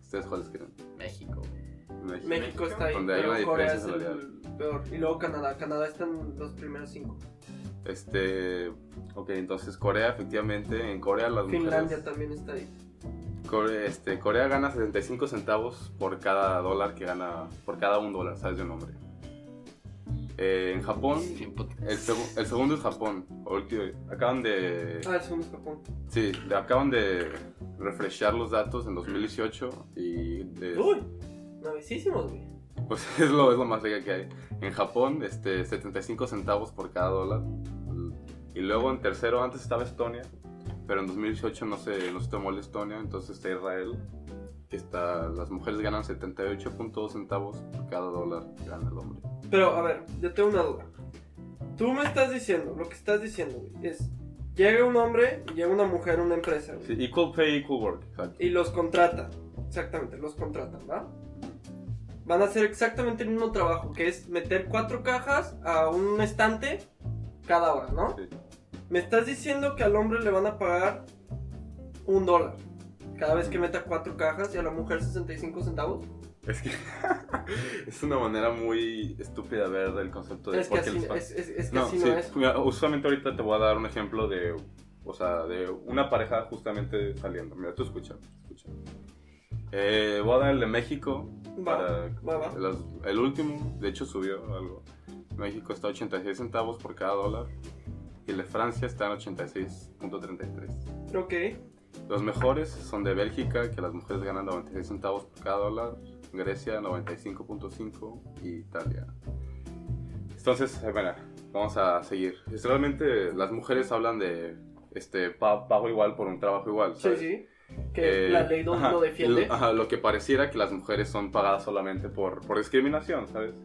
¿Ustedes cuáles creen?
México, güey.
México.
México está ahí,
Donde hay
pero
una
Corea es
diferencia
el peor. Y luego Canadá, Canadá están los primeros cinco.
Este, ok, entonces Corea, efectivamente, en Corea las
Finlandia
mujeres...
también está ahí.
Core- este, Corea gana 75 centavos por cada dólar que gana, por cada un dólar, ¿sabes de un hombre? Eh, en Japón,
Sin puta-
el, segu- el segundo es Japón. Ahorita Acaban de...
Ah, el segundo es Japón.
Sí, le acaban de refrescar los datos en 2018 y de-
Uy, nuevecísimos, güey.
pues <laughs> es lo, es lo más rica que hay. En Japón, este, 75 centavos por cada dólar. Y luego en tercero, antes estaba Estonia, pero en 2018 no se, no se tomó la Estonia, entonces está Israel, que está, las mujeres ganan 78.2 centavos por cada dólar que gana el hombre.
Pero, a ver, yo tengo una duda. Tú me estás diciendo, lo que estás diciendo, güey, es: llega un hombre, llega una mujer a una empresa, güey,
Sí, equal pay, equal work, exacto.
y los contrata. Exactamente, los contratan, ¿va? Van a hacer exactamente el mismo trabajo, que es meter cuatro cajas a un estante cada hora, ¿no?
Sí.
Me estás diciendo que al hombre le van a pagar un dólar cada vez que meta cuatro cajas y a la mujer 65 centavos.
Es que <laughs> es una manera muy estúpida de ver el concepto de
Es que
por qué
así
les pagan.
es- es- es que
No,
así
sí, pues,
no es.
mira, usualmente ahorita te voy a dar un ejemplo de, o sea, de una pareja justamente saliendo. Mira, tú escucha, escucha. Eh, voy a dar el de México
Va,
para
va, va.
las- el último, de hecho subió algo. México está a 86 centavos por cada dólar y el de Francia está en 86.33.
Ok.
Los mejores son de Bélgica, que las mujeres ganan 96 centavos por cada dólar, Grecia 95.5 y Italia. Entonces, eh, bueno, vamos a seguir. Es realmente las mujeres hablan de este pa- pago igual por un trabajo igual.
Sí,
¿sabes?
sí. Que
Eh,
la ley no
ajá,
lo defiende.
Lo, ajá, lo que pareciera que las mujeres son pagadas solamente por, por discriminación, ¿sabes?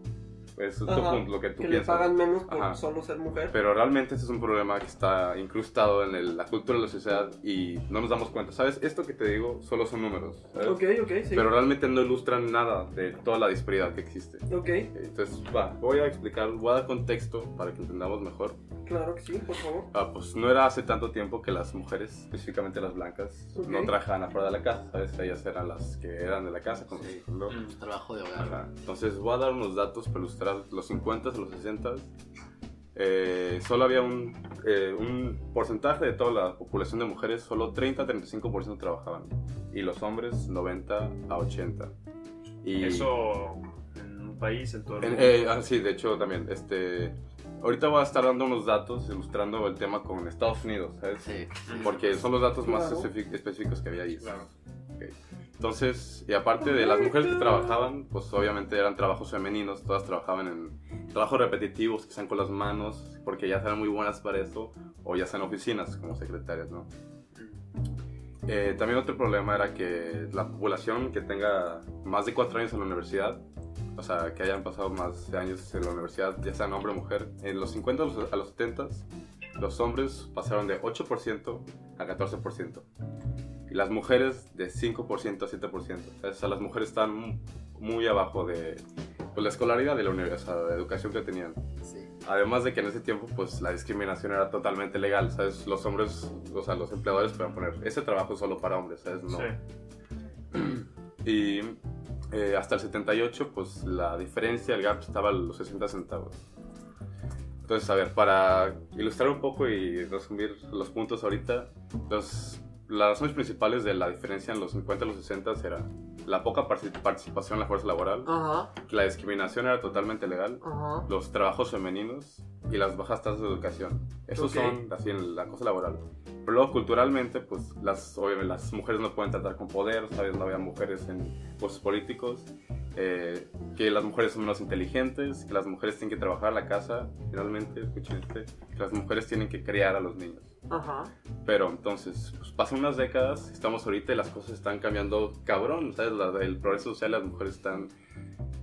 Eso es tu
Ajá,
punto, lo que tú
que le
piensas.
pagan menos por
Ajá.
solo ser mujer.
Pero realmente ese es un problema que está incrustado en el- la cultura de la sociedad y no nos damos cuenta. ¿Sabes? Esto que te digo solo son números. ¿sabes?
ok, ok, sí.
Pero realmente no ilustran nada de toda la disparidad que existe.
ok,
Entonces, va, voy a explicar, voy a dar contexto para que entendamos mejor.
claro que sí, por favor.
Ah, pues no era hace tanto tiempo que las mujeres, específicamente las blancas,
Ok.
no trabajaban afuera de la casa, ¿sabes? Ellas eran las que eran de la casa, como
Sí.
se dice, ¿no?
Mm.
Trabajo de hogar.
Ajá. Entonces voy a dar unos datos para ilustrar los 50s, los 60s. Eh, solo había un, eh, un porcentaje de toda la población de mujeres, solo 30-35% trabajaban y los hombres 90 a 80. Y
Eso en un país, en todo el
en-
mundo.
eh, ah, sí, de hecho también. Este, ahorita voy a estar dando unos datos ilustrando el tema con Estados Unidos, ¿sabes?
Sí.
Porque son los datos más
Claro.
especific- específicos que había ahí.
Claro.
Entonces, y aparte de las mujeres que trabajaban, pues obviamente eran trabajos femeninos, todas trabajaban en trabajos repetitivos, que sean con las manos, porque ya eran muy buenas para eso, o ya sean oficinas como secretarias, ¿no? Eh, también otro problema era que la población que tenga más de cuatro años en la universidad, o sea, que hayan pasado más de años en la universidad, ya sean hombre o mujer, en los 50 a los- a los 70, los hombres pasaron de 8% a 14%. Y las mujeres de 5% a 7%. O sea, las mujeres están mu- muy abajo de pues, la escolaridad de la universidad, de la educación que tenían.
Sí.
Además de que en ese tiempo, pues la discriminación era totalmente legal, ¿sabes? Los hombres, o sea, los empleadores podían poner ese trabajo es solo para hombres, ¿sabes? No.
Sí.
Y eh, hasta el 78, pues la diferencia, el gap estaba a los 60 centavos. Entonces, a ver, para ilustrar un poco y resumir los puntos ahorita, los- las razones principales de la diferencia en los 50 y los 60 era la poca parci- participación en la fuerza laboral,
Ajá,
que la discriminación era totalmente legal,
ajá.
los trabajos femeninos y las bajas tasas de educación. Esos
Ok.
son así en la cosa laboral. Pero luego culturalmente, pues las, obviamente, las mujeres no pueden tratar con poder, ¿sabes? No había mujeres en puestos políticos, eh, que las mujeres son menos inteligentes, que las mujeres tienen que trabajar en la casa, finalmente, escuchen este, que las mujeres tienen que criar a los niños.
Ajá.
Pero entonces, pues, pasan unas décadas, estamos ahorita y las cosas están cambiando cabrón, ¿sabes? La- el progreso social, las mujeres están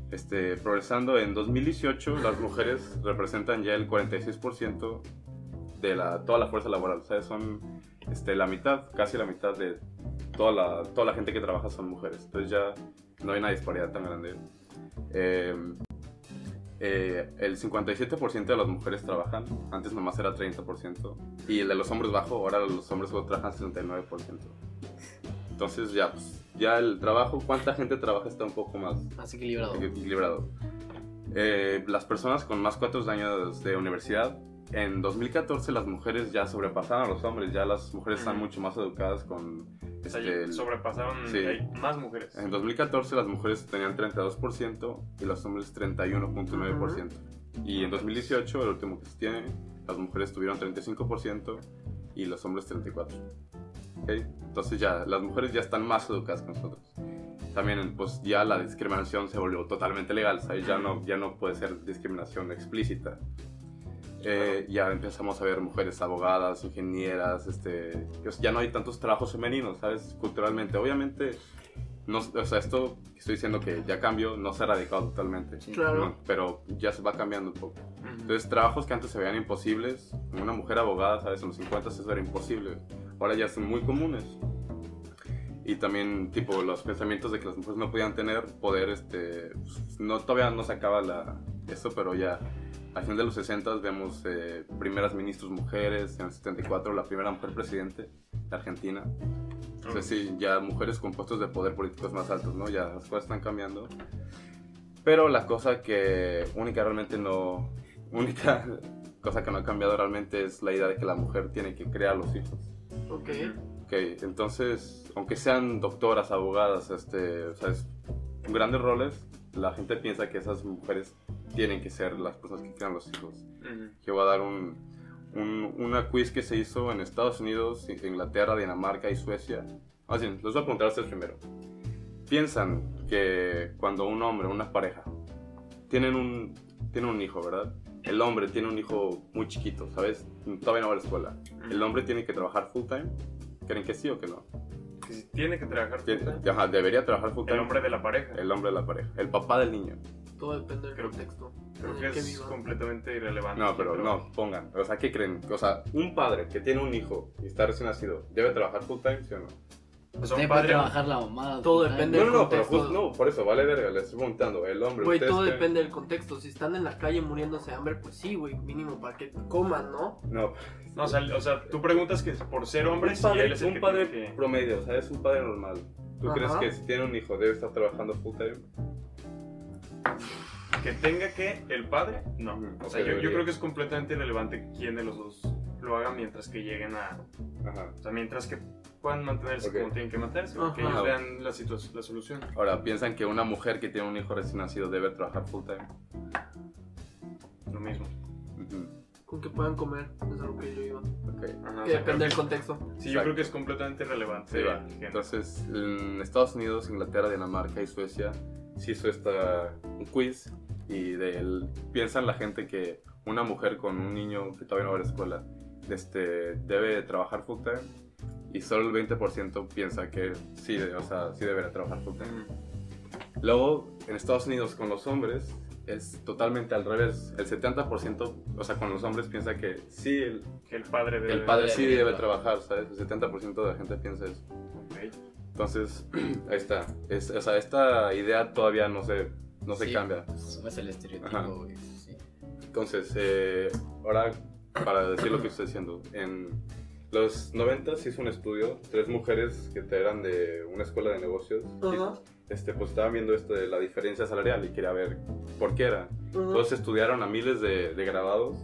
Este, progresando, en 2018 las mujeres representan ya el 46% de la, toda la fuerza laboral. O sea, son este, la mitad, casi la mitad de toda la, toda la gente que trabaja son mujeres. Entonces ya no hay una disparidad tan grande. Eh, eh, el 57% de las mujeres trabajan, antes nomás era 30%, y el de los hombres bajo, ahora los hombres solo trabajan 69%. Entonces ya, pues, ya el trabajo, cuánta gente trabaja está un poco más
Más equilibrado.
equilibrado. Eh, las personas con más cuatro años de universidad, en 2014 las mujeres ya sobrepasaron a los hombres, ya las mujeres están
Ujú.
mucho más educadas con...
O sea,
este, el-
sobrepasaron
sí.
hay más mujeres.
en 2014 las mujeres tenían 32% y los hombres 31.9%. Y en 2018, el último que se tiene, las mujeres tuvieron 35% y los hombres 34%. ¿Ok? Entonces ya, las mujeres ya están más educadas que nosotros. También pues ya la discriminación se volvió totalmente legal, ¿sabes? Ya no, ya no puede ser discriminación explícita. Eh, Ya empezamos a ver mujeres abogadas, ingenieras, este, pues, ya no hay tantos trabajos femeninos, ¿sabes? Culturalmente, obviamente, no, o sea, esto que estoy diciendo que ya cambió, no se ha radicado totalmente,
Sí.
Claro.
¿no? pero ya se va cambiando un poco.
Ujú.
Entonces, trabajos que antes se veían imposibles, una mujer abogada, ¿sabes? En los 50 eso era imposible. Ahora ya son muy comunes. Y también, tipo, los pensamientos de que las mujeres no podían tener poder, este... No, todavía no se acaba la, eso, pero ya al final de los 60 vemos eh, primeras ministros mujeres, en el 74 la primera mujer presidente de Argentina. Entonces sí, ya mujeres con puestos de poder políticos más altos, ¿no? Ya las cosas están cambiando. Pero la cosa que única realmente no... <laughs> Única cosa que no ha cambiado realmente es la idea de que la mujer tiene que crear los hijos.
Ok.
Ok, entonces, aunque sean doctoras, abogadas, este, o sea, es- en grandes roles, la gente piensa que esas mujeres tienen que ser las personas que crean los hijos.
Ujú.
Yo voy a dar un, un- una quiz que se hizo en Estados Unidos, Inglaterra, Dinamarca y Suecia. Más bien, los voy a preguntar a ustedes primero. Piensan que cuando un hombre, una pareja, tienen un, tienen un hijo, ¿verdad? El hombre tiene un hijo muy chiquito, ¿sabes? Todavía no va a la escuela. ¿El hombre tiene que trabajar full time? ¿Creen que sí o que no?
Que si tiene que trabajar
Tiene- ajá, debería trabajar full time.
el hombre de la pareja.
El hombre de la pareja. El papá del niño.
Todo depende del
Creo-
contexto.
Creo
en
que
el que
es
viva.
completamente irrelevante.
No, pero no, pongan. O sea, ¿qué creen? O sea, un padre que tiene un hijo y está recién nacido, ¿debe trabajar full time, sí o no?
Pues
Debe
un padre.
trabajar la mamá.
Todo
¿verdad?
depende.
No, no, no, pero
contexto.
justo, no, por eso, vale verga, les estoy preguntando. El hombre,
Güey,
¿ustedes
todo
creen?
depende del contexto. Si están en la calle muriéndose de hambre, pues sí, güey, mínimo para que coman, ¿no?
No,
No, o sea, o sea, tú preguntas que por ser hombre,
un
si
padre,
él es el
un
que
padre
tiene que-
promedio, o sea, es un padre normal. ¿Tú
Ajá.
crees que si tiene un hijo debe estar trabajando full time?
que tenga que el padre, no.
Ujú,
O sea, yo, yo
debería.
creo que es completamente irrelevante quién de los dos lo haga mientras que lleguen a.
Ajá.
O sea, mientras que puedan mantenerse
Ok.
como tienen que mantenerse,
Ajá.
que ellos vean la, situa- la solución.
Ahora, ¿piensan que una mujer que tiene un hijo recién nacido debe trabajar full time?
Lo mismo.
Ujú,
Con que puedan comer, es a lo que yo iba.
Ok.
Ajá, o
Que
sea, creo
depende
que-
del contexto.
sí, yo creo
Exacto.
que es completamente irrelevante.
Sí, va.
el género.
Entonces, en Estados Unidos, Inglaterra, Dinamarca y Suecia se hizo esta, un quiz y de él- piensan la gente que una mujer con un niño que todavía no va a la escuela este, debe trabajar full time y solo el 20% piensa que sí, de- o sea, sí deberá trabajar full time.
Ujú.
Luego, en Estados Unidos con los hombres es totalmente al revés. El 70%, o sea, con los hombres piensa que sí, el,
Que el padre debe.
el padre sí
Debería
debe
trabajar.
trabajar, ¿sabes? El 70% de la gente piensa eso.
Ok.
Entonces, <clears throat> ahí está. Es- o sea, esta idea todavía no se, no se
Sí,
cambia.
pues, Es el estereotipo,
Ajá.
güey. sí.
Entonces, eh, ahora, para decir lo que estoy diciendo, en los 90 se hizo un estudio, tres mujeres que eran de una escuela de negocios, y,
Ajá,
este, pues estaban viendo esto de la diferencia salarial y quería ver por qué era.
ajá.
Entonces estudiaron a miles de, de graduados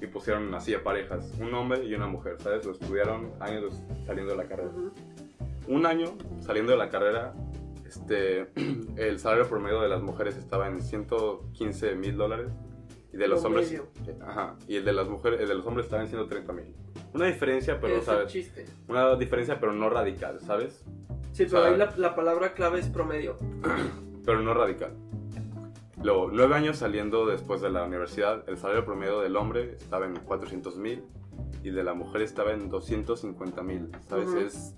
y pusieron así a parejas, un hombre y una mujer, ¿sabes? Lo estudiaron años saliendo de la carrera.
Ujú.
un año saliendo de la carrera, este, <clears throat> el salario promedio de las mujeres estaba en 115 mil dólares y de los hombres, eh,
Promedio.
ajá, y el de las mujeres, el de los hombres estaba en 130 mil. Una diferencia, pero
es el
sabes,
chiste.
una diferencia, pero no radical, ¿sabes?
Sí, pero
O sea-
ahí la, la palabra clave es promedio.
Pero no radical. Luego, nueve años saliendo después de la universidad, el salario promedio del hombre estaba en 400 mil y de la mujer estaba en 250 mil, ¿sabes?
Ujú.
Es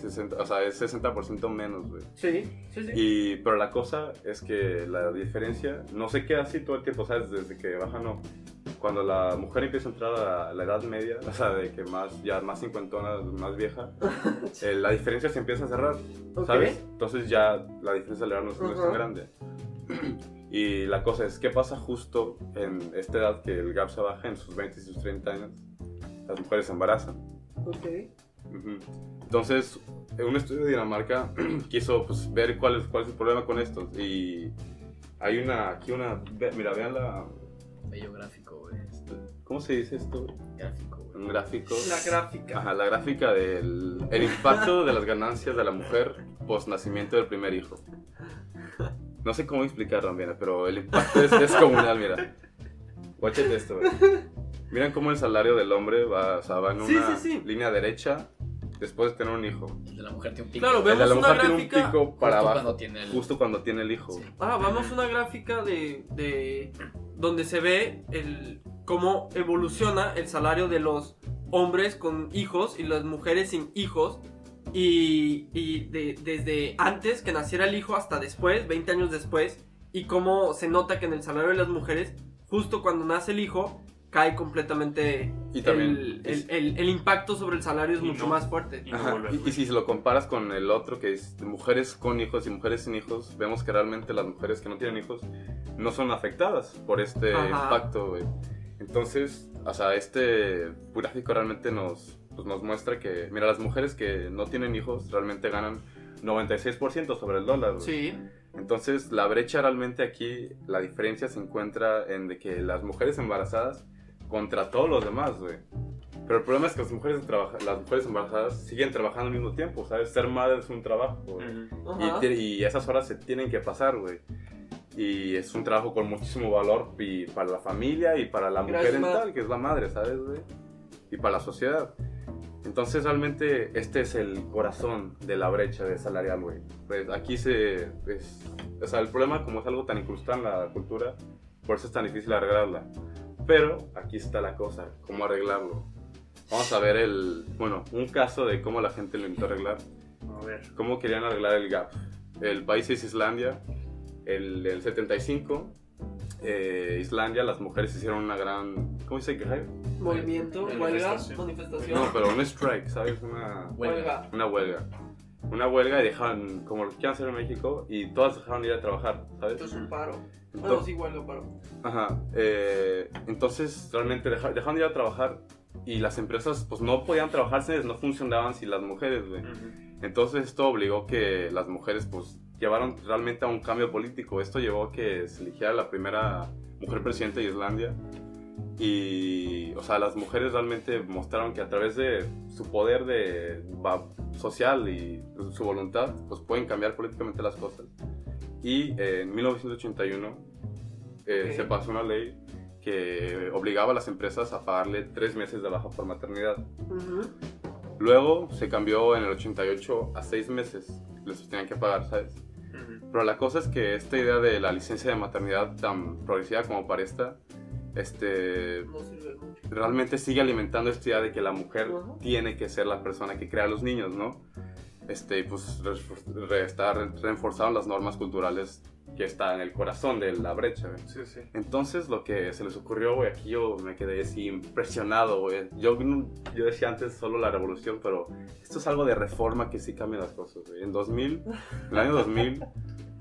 60, o sea, es 60% menos, güey.
Sí, sí, sí.
Y, pero la cosa es que la diferencia no se queda así todo el tiempo, ¿sabes? Desde que baja, no. Cuando la mujer empieza a entrar a la edad media, o sea, de que más, ya más cincuentona, más vieja, eh, la diferencia se empieza a cerrar,
Ok.
¿sabes? Entonces ya la diferencia de edad no es, no es tan
Ujú.
grande. <clears throat> Y la cosa es, ¿qué pasa justo en esta edad que el gap se baja en sus 20 y sus 30 años? Las mujeres se embarazan.
Ok.
Ujú. Entonces, un estudio de Dinamarca <clears throat> quiso pues, ver cuál es, cuál es el problema con esto. Y hay una, aquí una, ve- mira, vean la,
Bello gráfico, güey.
¿cómo se dice esto?
Gráfico, güey.
Un gráfico.
La gráfica.
Ajá, la gráfica del el impacto de las ganancias de la mujer post nacimiento del primer hijo. No sé cómo explicarlo, mira, pero el impacto es descomunal, mira. Guachete esto, güey. Miren cómo el salario del hombre va, o sea, va en
Sí,
una
sí, sí.
línea derecha después de tener un hijo.
El de la mujer tiene un pico.
Claro,
güey,
El de
Vemos
la
una
mujer tiene un
gráfica
pico para
justo
abajo,
cuando tiene el-
justo cuando tiene el hijo.
Sí.
Ah, vamos a una gráfica de, de donde se ve el cómo evoluciona el salario de los hombres con hijos y las mujeres sin hijos. Y, y de- desde antes que naciera el hijo hasta después, 20 años después, y cómo se nota que en el salario de las mujeres, justo cuando nace el hijo, cae completamente
Y también
el,
es-
el- el- el impacto sobre el salario es
Y
mucho
no.
más fuerte.
Y no
Ajá,
vuelve,
Y,
güey.
y si lo comparas con el otro que es de mujeres con hijos y mujeres sin hijos, vemos que realmente las mujeres que no tienen hijos no son afectadas por este
Ajá.
impacto. güey. Entonces, o sea, este gráfico realmente nos, pues, nos muestra que, mira, las mujeres que no tienen hijos realmente ganan 96% sobre el dólar. güey.
Sí,
Entonces, la brecha realmente aquí, la diferencia se encuentra en de que las mujeres embarazadas contra todos los demás, güey. Pero el problema es que las mujeres, trabaja- las mujeres embarazadas siguen trabajando al mismo tiempo, ¿sabes? Ser madre es un trabajo, güey.
Ujú.
ajá.
Y, tie- y esas horas se tienen que pasar, güey. Y es un trabajo con muchísimo valor y para la familia y para la mujer
Gracias,
en
madre.
tal, que es la madre, ¿sabes, güey? Y para la sociedad. Entonces, realmente, este es el corazón de la brecha de salarial, güey. Pues aquí se. pues, o sea, el problema, como es algo tan incrustado en la cultura, por eso es tan difícil arreglarla. Pero aquí está la cosa: cómo arreglarlo. Vamos a ver el. Bueno, un caso de cómo la gente lo intentó arreglar
A ver.
cómo querían arreglar el gap. El país es Islandia. El, el 75, eh, Islandia, las mujeres hicieron una gran. ¿Cómo dice grave?
Movimiento, huelga,
Manifestación.
manifestación,
No, pero un strike, ¿sabes? Una,
Huelga.
huelga.
una huelga. Una huelga y dejaron, como lo quieran hacer en México, y todas dejaron ir a trabajar, ¿sabes?
Esto es un paro.
Ento-
Bueno, sí, huelga, paro.
Ajá. eh, entonces, realmente deja- dejaron de ir a trabajar y las empresas, pues no podían trabajarse, no funcionaban sin las mujeres, güey.
Ujú.
Entonces esto obligó que las mujeres pues llevaron realmente a un cambio político. Esto llevó a que se eligiera la primera mujer presidenta de Islandia. Y, o sea, las mujeres realmente mostraron que a través de su poder de, va- social y su voluntad, pues pueden cambiar políticamente las cosas. Y eh, en 1981 eh,
Ok.
se pasó una ley que obligaba a las empresas a pagarle tres meses de baja por maternidad.
Ujú.
Luego se cambió en el 88 a 6 meses. Les tenían que pagar, ¿sabes?
Ujú.
Pero la cosa es que esta idea de la licencia de maternidad tan progresiva como para esta, este,
No sirve mucho.
realmente sigue alimentando esta idea de que la mujer
Ujú.
tiene que ser la persona que crea a los niños, ¿no? Este, y pues re- re- está re- reforzando las normas culturales que están en el corazón de la brecha, ¿eh? güey.
Sí, sí.
Entonces lo que se les ocurrió, güey, aquí yo me quedé así impresionado, güey. Yo, no- yo decía antes solo la revolución, pero esto es algo de reforma que sí cambia las cosas, güey. En 2000, en el año 2000,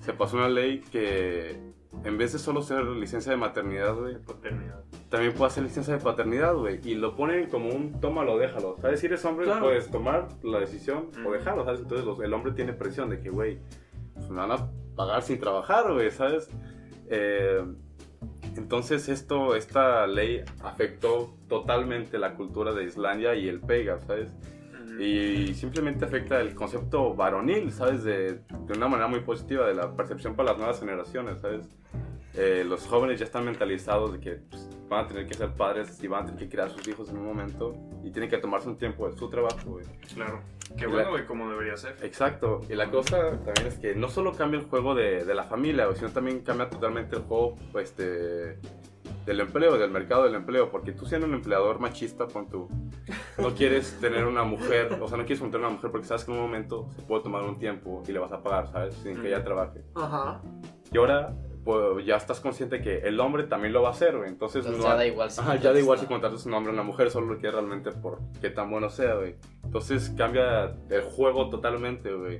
se pasó una ley que en vez de solo ser licencia de maternidad, güey,
Paternidad.
también puede hacer licencia de paternidad, güey. Y lo ponen como un tómalo, déjalo. ¿Sabes? Si eres hombre,
Claro.
puedes tomar la decisión o
Mm.
dejarlo, ¿sabes? Entonces los- el hombre tiene presión de que, güey, pues, me van a pagar sin trabajar, güey, ¿sabes? Eh, entonces esto, esta ley afectó totalmente la cultura de Islandia y el pega, ¿sabes?
Ujú.
Y simplemente afecta el concepto varonil, ¿sabes? De, de una manera muy positiva, de la percepción para las nuevas generaciones, ¿sabes? Eh, los jóvenes ya están mentalizados de que pues, van a tener que ser padres y van a tener que criar a sus hijos en un momento y tienen que tomarse un tiempo de su trabajo, güey.
Claro. Qué
Y
bueno,
la-
güey, como debería ser.
Exacto. Y la cosa también es que no solo cambia el juego de, de la familia, güey, sino también cambia totalmente el juego pues, de- del empleo, del mercado del empleo. Porque tú siendo un empleador machista, pon tú, No <laughs> quieres tener una mujer, o sea, no quieres juntar una mujer porque sabes que en un momento se puede tomar un tiempo y le vas a pagar, ¿sabes? Sin que ella trabaje.
Ajá.
Y ahora pues, ya estás consciente que el hombre también lo va a hacer, güey. Entonces,
Entonces
no
ya
va-
da
<laughs>
igual si
Ajá, ya da igual si contratas un hombre o una mujer, solo lo quieres realmente por qué tan bueno sea, güey. Entonces cambia el juego totalmente, güey.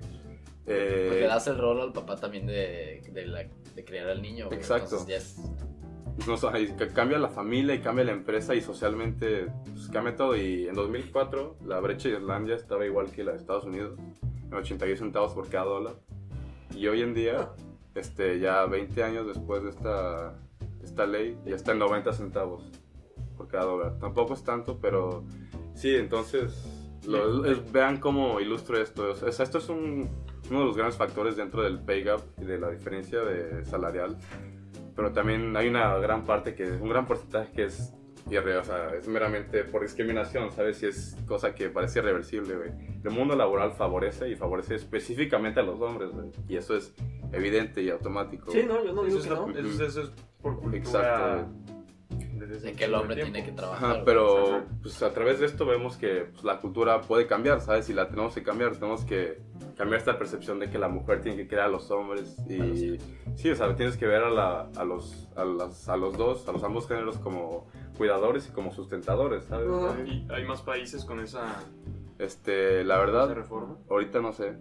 Eh,
Porque le das el rol al papá también de, de, la, de criar al niño. güey.
Exacto.
Entonces ya es-
no, o sea, y ca- cambia la familia y cambia la empresa y socialmente pues, cambia todo. Y en 2004 la brecha de Islandia estaba igual que la de Estados Unidos, en 81 centavos por cada dólar. Y hoy en día, este, ya 20 años después de esta, esta ley, ya está en 90 centavos por cada dólar. Tampoco es tanto, pero sí, entonces lo- es- vean cómo ilustro esto. O sea, esto es un- uno de los grandes factores dentro del pay gap y de la diferencia de salarial. Pero también hay una gran parte que un gran porcentaje que es irre- o sea, es meramente por discriminación, ¿sabes? Y es cosa que parece irreversible, güey. El mundo laboral favorece y favorece específicamente a los hombres, güey. Y eso es evidente y automático.
Sí, no, yo no
Eso
digo
es,
que
la-
no.
no.
eso, eso es por cultura.
Exacto.
desde hace
de que el
mucho
hombre
tiempo.
tiene que trabajar.
Ajá,
güey.
pero
Ajá.
pues a través de esto vemos que pues, la cultura puede cambiar, ¿sabes? Y la tenemos que cambiar, tenemos que cambiar esta percepción de que la mujer tiene que crear a los hombres y
A los hombres.
sí, o sea, tienes que ver a, la- a los, a, las- a los dos, a los ambos géneros como cuidadores y como sustentadores, ¿sabes?
Ajá.
Y hay más países con
Ah.
esa,
Este, la
esa
verdad,
reforma.
ahorita no sé.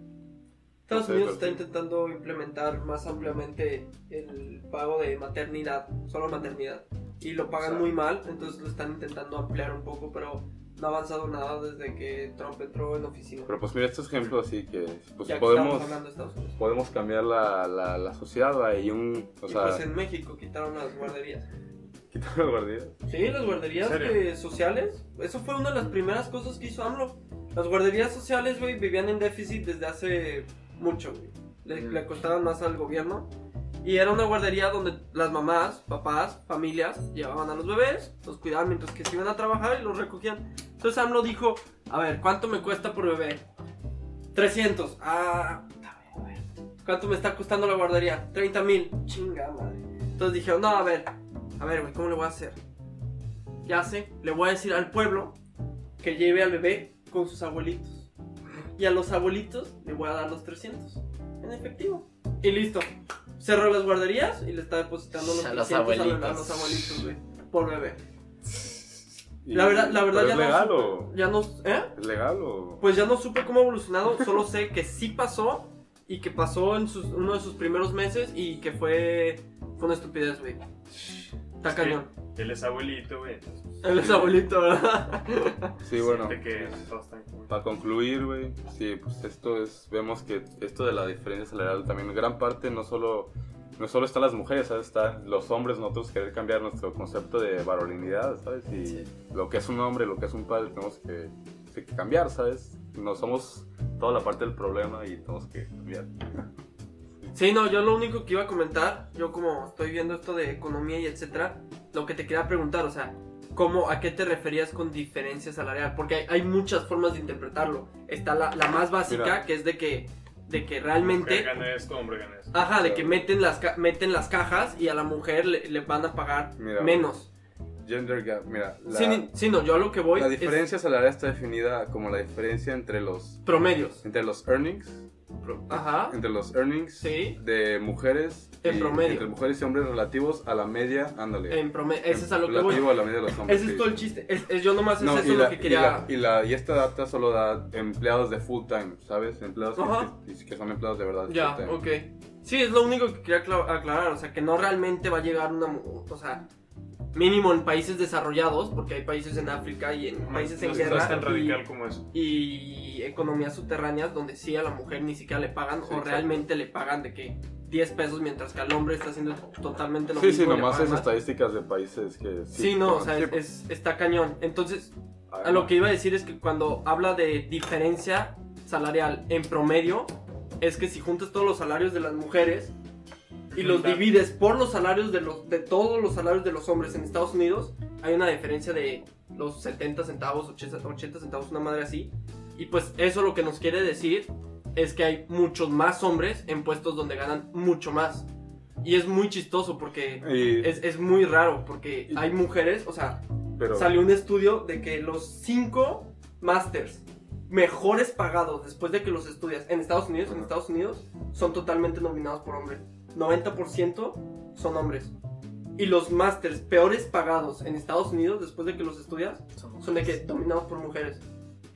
Estados
Sí,
Unidos
pero
está
sí.
intentando implementar más ampliamente el pago de maternidad, solo maternidad, y lo pagan
Exacto.
muy mal, entonces lo están intentando ampliar un poco, pero no ha avanzado nada desde que Trump entró en oficina.
Pero pues mira estos ejemplos así que pues
ya que
podemos
estamos hablando de Estados Unidos.
podemos cambiar la, la, la sociedad ¿va? y un, o
y
sea,
pues en México quitaron las guarderías.
quitar los guardias.
Sí, las guarderías
¿En serio?
eh, sociales. Eso fue una de las primeras cosas que hizo AMLO. Las guarderías sociales, güey, vivían en déficit desde hace mucho, güey. Le,
Mm.
le costaban más al gobierno. Y era una guardería donde las mamás, papás, familias llevaban a los bebés, los cuidaban mientras que se iban a trabajar y los recogían. Entonces AMLO dijo, a ver, ¿cuánto me cuesta por bebé? 300. Ah, puta, a ver. ¿Cuánto me está costando la guardería? 30 mil. Chinga madre. Entonces dijeron, no, a ver, a ver, güey, ¿cómo le voy a hacer? Ya sé, le voy a decir al pueblo que lleve al bebé con sus abuelitos. Y a los abuelitos le voy a dar los 300 en efectivo. Y listo. Cerró las guarderías y le está depositando los
A los
300 a los- a,
abuelitos.
los abuelitos, güey, por bebé.
Y-
La verdad- la verdad
pero
ya
es
no
legal o
supe- Ya no, ¿eh?
es legal o
Pues ya no supe cómo ha evolucionado, <laughs> solo sé que sí pasó y que pasó en sus- uno de sus primeros meses y que fue, fue una estupidez, güey. Está
Es que
cañón.
Él es abuelito, güey. entonces,
Él es abuelito, ¿verdad?
sí, bueno.
siente que todo está bien.
Para concluir, güey, sí, pues esto es, vemos que esto de la diferencia salarial también, gran parte no solo, no solo está las mujeres, ¿sabes? Está los hombres, nosotros querer cambiar nuestro concepto de varonilidad, ¿sabes? Y
Sí.
lo que es un hombre, lo que es un padre, tenemos que, que cambiar, ¿sabes? No somos toda la parte del problema y tenemos que cambiar.
Sí, no, yo lo único que iba a comentar, yo como estoy viendo esto de economía y etcétera, lo que te quería preguntar, o sea, ¿cómo, a qué te referías con diferencia salarial? Porque hay, hay muchas formas de interpretarlo. Está la, la más básica,
Mira.
que es de que, de que
Mujer
realmente...
gana esto, hombre gana esto.
Ajá, de que
Claro.
meten las, ca- meten las cajas y a la mujer le, le van a pagar
Mira,
menos.
Gender gap, mira, la,
Sí, ni- sí, no, yo a lo que voy
la
es
diferencia salarial está definida como la diferencia entre los,
promedios.
entre los earnings
Ajá.
entre los earnings
Sí.
de mujeres
En
y-
promedio.
entre mujeres y hombres relativos a la media ándale
En promedio, ese es a lo que voy.
relativo a la media de los hombres
Ese
sí.
es todo el chiste. Es, es- yo nomás
No,
es
y
eso
la-
lo que quería.
y, la, y, la- y esta data solo da empleados de full time sabes empleados
Ajá.
que, que- que son empleados de verdad de
Ya,
full time.
ok. Sí, es lo único que quería acla- aclarar, o sea, que no realmente va a llegar una, mu- o sea, mínimo en países desarrollados, porque hay países en África y en países
no,
en
no es
guerra
tan radical
y-
como eso.
y, economías subterráneas donde sí a la mujer ni siquiera le pagan o
exacto.
realmente le pagan de que 10 pesos mientras que al hombre está haciendo totalmente lo
sí
mismo.
sí
y le
nomás
pagan
es
más.
estadísticas de países que
Sí, no, o sea,
sí, pues,
es- es- está cañón. Entonces, a
además.
lo que iba a decir es que cuando habla de diferencia salarial en promedio, es que si juntas todos los salarios de las mujeres y los
Da-
divides por los salarios de, los, de todos los salarios de los hombres en Estados Unidos, hay una diferencia de los 70 centavos, 80, 80 centavos, una madre así. Y pues eso lo que nos quiere decir es que hay muchos más hombres en puestos donde ganan mucho más. Y es muy chistoso porque
Y-
es, es muy raro porque hay mujeres, o sea,
pero
salió un estudio de que los cinco masters mejores pagados después de que los estudias en Estados Unidos, en
Ajá.
Estados Unidos son totalmente nominados por hombres. 90% son hombres. Y los masters peores pagados en Estados Unidos después de que los estudias son de que dominados por mujeres.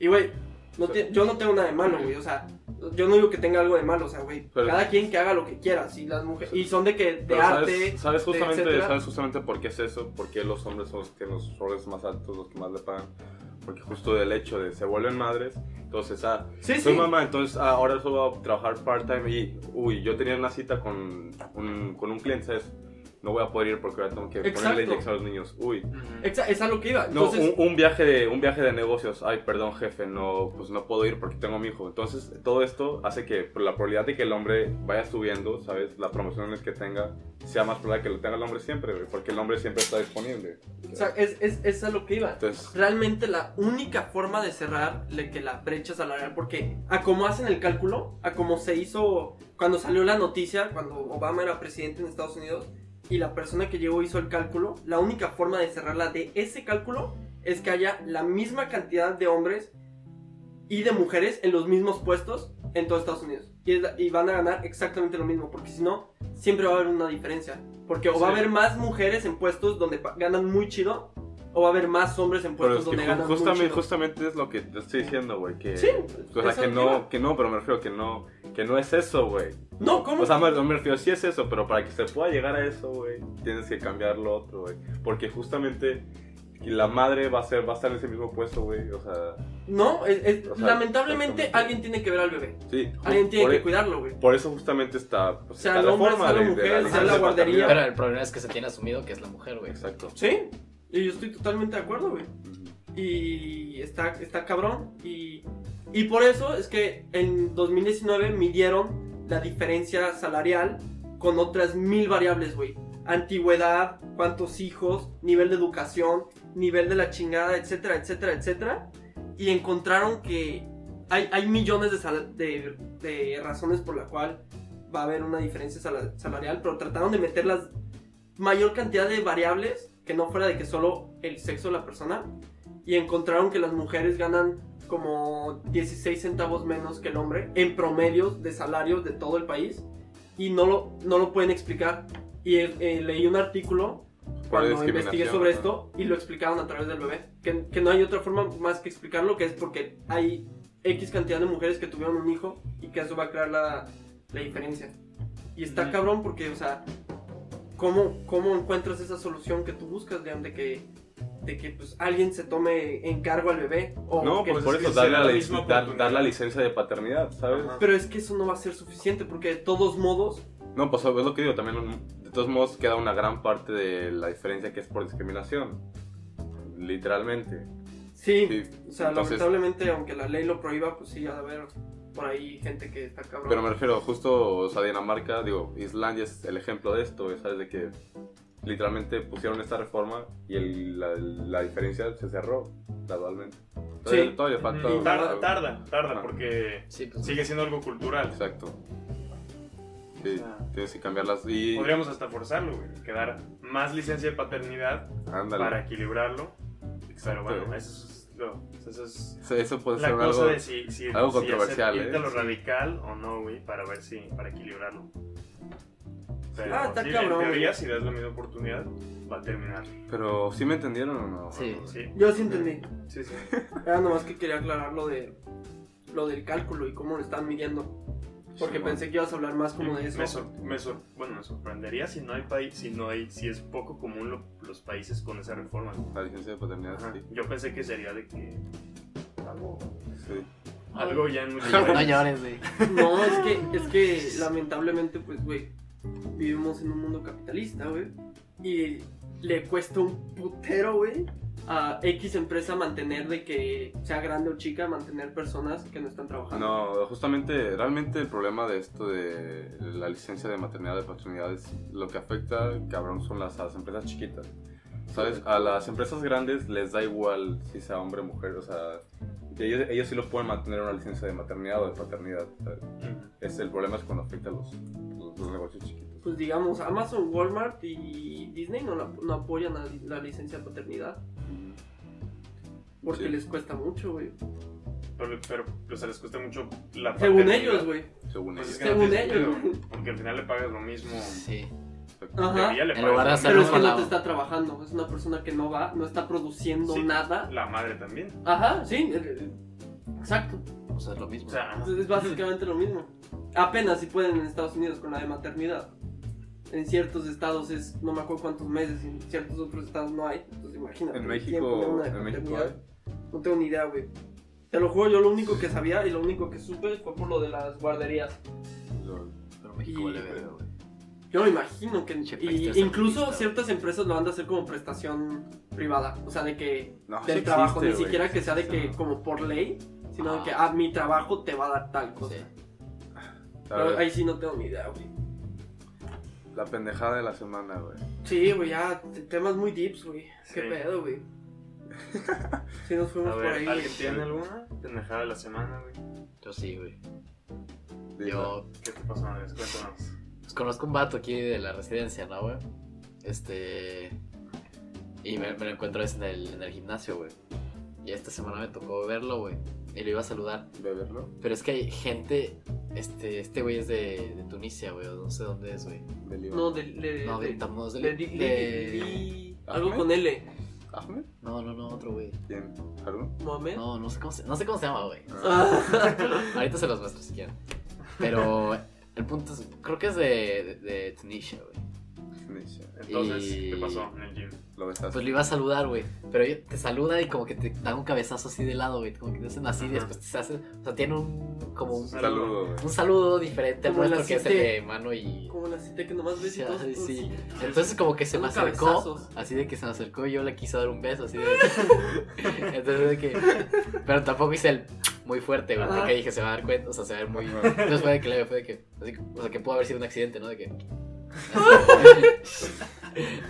Y güey, no
Sí.
tie- yo no tengo nada de malo, güey, o sea, yo no digo que tenga algo de malo, o sea, güey,
Pero-
cada quien que haga lo que quiera, si las mujeres
Sí.
y son de que de
Pero
arte,
¿sabes, sabes
de
justamente,
etcétera.
¿Sabes justamente por qué es eso? ¿Por qué los hombres son los que los roles más altos, los que más le pagan? Porque justo del hecho de se vuelven madres, entonces, ah,
Sí,
soy
sí.
mamá, entonces ah, ahora solo voy a trabajar part-time y, uy, yo tenía una cita con un, con un cliente, ¿sabes? No voy a poder ir porque ahora tengo que ponerle
Exacto.
inyección a los niños, uy.
Exa- es a lo que iba.
No,
Entonces,
un, un viaje de, un viaje de negocios. Ay, perdón, jefe, no, pues no puedo ir porque tengo a mi hijo. Entonces, todo esto hace que por la probabilidad de que el hombre vaya subiendo, ¿sabes? Las promociones que tenga, sea más probable que lo tenga el hombre siempre, güey, porque el hombre siempre está disponible.
o sea, es, es, es a lo que iba.
Entonces,
realmente la única forma de cerrar le- que la brecha salarial, porque a como hacen el cálculo, a como se hizo cuando salió la noticia, cuando Obama era presidente en Estados Unidos, y la persona que llegó hizo el cálculo, la única forma de cerrarla de ese cálculo es que haya la misma cantidad de hombres y de mujeres en los mismos puestos en todo Estados Unidos. Y, es la- y van a ganar exactamente lo mismo, porque si no, siempre va a haber una diferencia. Porque o va a
Sí.
haber más mujeres en puestos donde pa- ganan muy chido, o va a haber más hombres en
pero
puestos
es que
donde
ju-
ganan
justamente,
mucho.
justamente es lo que te estoy diciendo, güey, que...
Sí,
O sea,
eso
que
iba.
no, que no, pero me refiero que no, que no es eso, güey.
No, ¿cómo?
O sea, me, me refiero, sí es eso, pero para que se pueda llegar a eso, güey, tienes que cambiar lo otro, güey. Porque justamente la madre va a ser, va a estar en ese mismo puesto, güey. O sea,
no, es- es-
o sea,
lamentablemente
exactamente.
alguien tiene que ver al bebé.
sí. ju-
Alguien tiene
por,
que
e-
cuidarlo, güey.
por eso justamente está, pues,
Sea
está
el
la
hombre,
forma
sea la
de,
mujer,
de
sea
licencia
la guardería.
paternidad.
Pero el problema es que se tiene asumido que es la mujer, güey.
Exacto.
Sí, y yo estoy totalmente de acuerdo, güey.
Ujú.
Y está, está cabrón. Y, y por eso es que en 2019 midieron la diferencia salarial con otras mil variables, güey. Antigüedad, cuántos hijos, nivel de educación, nivel de la chingada, etcétera, etcétera, etcétera. Y encontraron que hay, hay millones de, sal- de, de razones por la cual va a haber una diferencia sala- salarial, pero trataron de meter la mayor cantidad de variables que no fuera de que solo el sexo de la persona y encontraron que las mujeres ganan como 16 centavos menos que el hombre en promedios de salarios de todo el país y no lo, no lo pueden explicar. Y eh, eh, leí un artículo cuando investigué sobre
discriminación,
esto y lo explicaron a través del bebé. Que, que no hay otra forma más que explicarlo, que es porque hay X cantidad de mujeres que tuvieron un hijo y que eso va a crear la, la diferencia. Y está
Ujú.
cabrón porque, o sea, ¿cómo, ¿cómo encuentras esa solución que tú buscas, Liam, de que, de que pues, alguien se tome en cargo al bebé? O
No,
que-
pues
es
por
que
eso
se
darle
da
la,
la
lic-
misma
dar-
oportunidad.
dar la licencia de paternidad, ¿sabes?
Ajá.
Pero es que eso no va a ser suficiente porque de todos modos,
No, pues es lo que digo, también un- de todos modos queda una gran parte de la diferencia que es por discriminación. Literalmente.
sí,
Sí,
o sea,
entonces-
lamentablemente, aunque la ley lo prohíba, pues sí, ha de haber por ahí gente que está cabrón.
Pero me refiero, justo, o sea, Dinamarca, digo, Islandia es el ejemplo de esto, güey, ¿sabes? De que literalmente pusieron esta reforma y el- la, la diferencia se cerró gradualmente. Todavía-
Sí.
Todavía falta.
Y tarda, tarda, tarda,
Ah.
porque
Sí, pues.
sigue siendo algo cultural.
Exacto. Sí,
O sea,
tienes que cambiarlas y.
Podríamos hasta forzarlo, güey, que dar más licencia de paternidad
Ándale.
para equilibrarlo.
Exacto.
Pero bueno, eso es, lo- eso es
Eso- Eso puede
la
ser
cosa
algo.
de si, si,
algo
si
controversial,
hacer- irte
¿eh?
a lo radical o no, güey, para ver si, para equilibrarlo. Pero,
Ah, está
sí,
cabrón,
En teoría,
güey.
si das la misma oportunidad, va a terminar.
Pero, ¿sí me entendieron o no?
Sí.
Sí,
Yo sí entendí.
sí, sí.
Era nomás que quería aclarar lo de lo del cálculo y cómo lo están midiendo. Porque
Simón.
pensé que ibas a hablar más como de
Me,
eso.
sor- me sor- bueno, me sorprendería si no hay país, si no hay, si es poco común lo- los países con esa reforma.
La licencia de paternidad,
Ajá.
sí.
Yo pensé que sería de que algo,
sí.
algo
<laughs>
ya en muchos
No
países.
llores, güey.
No, es que, es que lamentablemente, pues, güey, vivimos en un mundo capitalista, güey. Y le cuesta un putero, güey, a X empresa mantener de que sea grande o chica, mantener personas que no están trabajando.
No, justamente, realmente el problema de esto de la licencia de maternidad de paternidad es lo que afecta, cabrón, son las, a las empresas chiquitas. ¿Sabes? A las empresas grandes les da igual si sea hombre o mujer, o sea, ellos, ellos sí lo pueden mantener una licencia de maternidad o de paternidad. ¿sabes?
Ujú.
Es, el problema es cuando afecta a los, los, los negocios chiquitos.
Pues digamos, Amazon, Walmart y Disney no, la- no apoyan a la licencia de paternidad. Porque
Sí.
les cuesta mucho, güey.
Pero, pero o sea, les cuesta mucho la
Según
paternidad.
ellos, güey.
según
Pues es
ellos.
que no
Según
tiene
ellos.
sentido, Porque al final le pagas lo mismo.
Sí.
Ajá.
Debería le
En
pagas
lugar de
lo
hacer-
mismo.
Pero es que
con la-
no te está trabajando. Es una persona que no va, no está produciendo
Sí.
nada.
La madre también.
Ajá, sí. eh, Exacto.
O sea, es lo mismo.
O sea, ajá.
Entonces, Es básicamente lo mismo. Apenas si pueden en Estados Unidos con la de maternidad. En ciertos estados es, no me acuerdo cuántos meses, y en ciertos otros estados no hay. Entonces imagínate.
En
güey,
México-
¿quién pone una de
en México
paternidad? No tengo ni idea, güey. Te lo juro, yo lo único que sabía y lo único que supe fue por lo de las guarderías.
pero México vale
y-
verga, güey.
Yo me imagino que
Che, país
y
tercermundista,
incluso
güey.
ciertas empresas lo han de hacer como prestación privada, o sea, de que
Ah,
No, sí
del
existe,
trabajo ni
güey.
siquiera que sea de que como por ley, sino de
Ah.
que ah, mi trabajo te va a dar tal cosa.
Sí.
Pero
¿Sabes?
ahí sí no tengo ni idea, güey.
La pendejada de la semana, güey.
Sí, güey, ya te- temas muy deeps, güey. Qué
Sí.
pedo, güey. Sí, nos fuimos
A
por ahí.
ver,
güey.
¿alguien tiene alguna? Pendejada de la semana, güey.
Yo sí, güey.
Digo,
Yo
¿Qué te pasó, Andrés? Cuéntanos.
pues, conozco un vato aquí de la residencia, ¿no, güey? Este. Y me, me lo encuentro a veces en el, en el gimnasio, güey. Y esta semana me tocó verlo, güey. Y lo iba a saludar.
beberlo.
Pero es que hay gente. Este este güey es de, de Tunisia, güey. o No sé dónde es, güey.
Del Iván.
No, de, le-
No,
de-
de Tamos. De,
le- li-
de-
li- li-
¿Ahmed?
algo con L.
¿Ahmed?
No, no, no, otro, güey.
¿Quién? ¿Harun?
Mohamed.
No, no sé cómo se, no sé cómo se llama, güey.
Ah,
Ahorita se los muestro si quieren. Pero el punto es, creo que es de, de, de Tunisia, güey.
Ni sé.
Entonces,
Y-
¿qué pasó en el gym?
Lo besas.
Pues le iba a saludar, güey. Pero ella te saluda y como que te da un cabezazo así de lado, güey. Como que te hacen así y
Ajá.
después te hacen. O sea, tiene un. como
Un
un,
saludo, güey.
un saludo diferente al
Como
nuestro
la
que es el
siete.
de mano y.
<laughs> como la cita que nomás ves y
Sí,
todo.
sí,
todo
sí.
así.
Entonces como que se me
Son
acercó,
cabezazos.
así de que se me acercó y yo le quise dar un beso, así de...
<laughs>
Entonces de que... Pero tampoco hice el muy fuerte, güey,
Ajá.
porque dije, se va a dar cuenta, o sea, se va a ver muy... Entonces fue de que leve, fue de que... así que- o sea, que pudo haber sido un accidente, ¿no? De
<laughs>
que...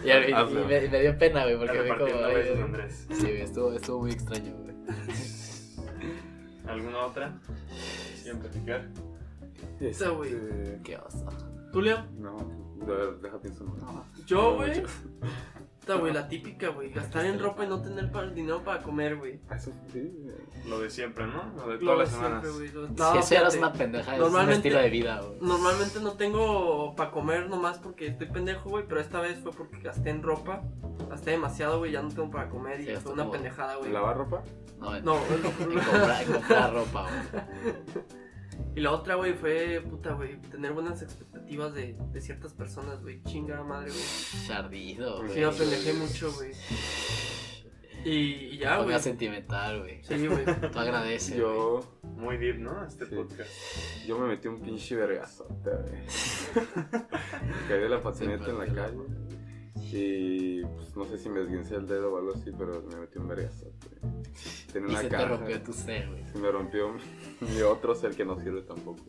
y, al- y- y me, y me dio pena, güey, porque
Está
fue como...
repartiendo
ay,
besos,
ay.
Andrés.
sí, güey, estuvo, estuvo muy extraño, güey.
¿Alguna otra? Siempre platicar.
Esa, güey.
Este,
Qué oso.
¿Tú, Leo?
No, a ver, deja pienso.
Yo,
No,
güey.
mucho.
Esta, güey, la típica, güey. Gastar
Este.
en ropa y no tener pa- dinero para comer, güey.
Ah, Eso sí.
Lo de siempre, ¿no? Lo de
Lo
todas las
de
semanas.
siempre, güey. Lo-
si eso
No,
ya no
fíjate.
es una pendeja, es un
Normalmente-
estilo de vida, güey.
Normalmente no tengo para comer nomás porque estoy pendejo, güey, pero esta vez fue porque gasté en ropa. Gasté demasiado, güey, ya no tengo para comer
Sí,
y
gastó
fue una
como-
pendejada, güey.
¿Lavar ropa?
<laughs> No,
No,
En comprar, en comprar ropa, güey.
y la otra, güey, fue, puta, güey, tener buenas expectativas de, de ciertas personas, güey. Chinga madre, güey.
Sardido, güey.
Sí, me pendejé mucho, güey. Y, y ya,
Ponga
güey.
sentimental, güey.
Sí, güey.
Tú agradeces.
Yo,
Muy deep, ¿no? Este
Sí.
podcast.
yo me metí un pinche vergazote, güey. Me Caí de la patineta en la calle. Y pues no sé si me esguincé el dedo o algo así, pero me metí un vergazote. Tenía
güey. Y
una
se te
caja.
rompió tu ser, güey.
Se me <laughs> rompió mi otro ser que no sirve tampoco.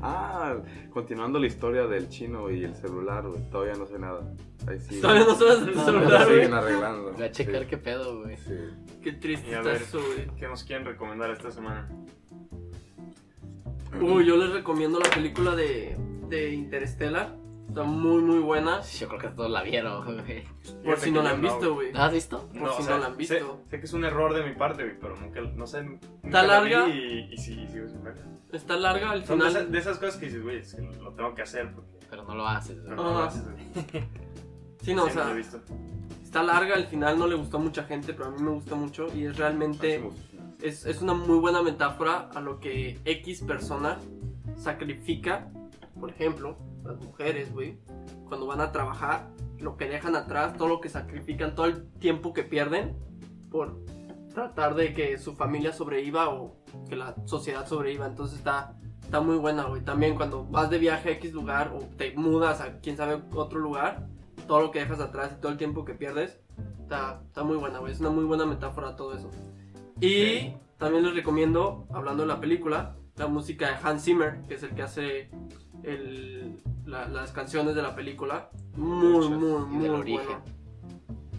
Ah, continuando la historia del chino y el celular, güey. Todavía no sé nada. Ahí sí.
Todavía no sabes de tu
No,
lo
celular, güey.
siguen arreglando.
Voy a checar
Sí,
qué pedo, güey.
sí.
Qué triste
<laughs> Y a
está
ver.
eso, güey.
¿Qué nos quieren recomendar esta semana?
Uy, yo les recomiendo la película de, de Interstellar. Está muy, muy buena.
Yo creo que todos la vieron, güey.
Por
Fíjate
si no
que
la
yo
han visto, güey.
¿La has visto?
por si no la han
sé-
visto.
Sé, que es un error de mi parte, güey, pero nunca, no sé. nunca
¿Está
la vi
larga?
Y, y sí, sí, güey, sí, güey.
Está larga al
Son de esas, de
final.
esas cosas que dices, güey, es que lo lo tengo que hacer porque
Pero no lo haces,
no
güey.
no lo
Ajá.
haces, güey.
Sí, Ah, no, o
Sí, lo he
sea,
visto.
está larga al final, no le gustó a mucha gente, pero a mí me gustó mucho y es
Ah,
realmente es, es una muy buena metáfora a lo que X persona sacrifica, por ejemplo, las mujeres, güey, cuando van a trabajar, lo que dejan atrás, todo lo que sacrifican, todo el tiempo que pierden por tratar de que su familia sobreviva o que la sociedad sobreviva. Entonces está, está muy buena, güey. También cuando vas de viaje a X lugar o te mudas a quién sabe otro lugar, todo lo que dejas atrás y todo el tiempo que pierdes, está, está muy buena, güey. Es una muy buena metáfora a todo eso. Y también les recomiendo, hablando de la película, la música de Hans Zimmer, que es el que hace el- la- las canciones de la película. Muy,
Muchas.
muy,
Y
muy
del
bueno.
origen.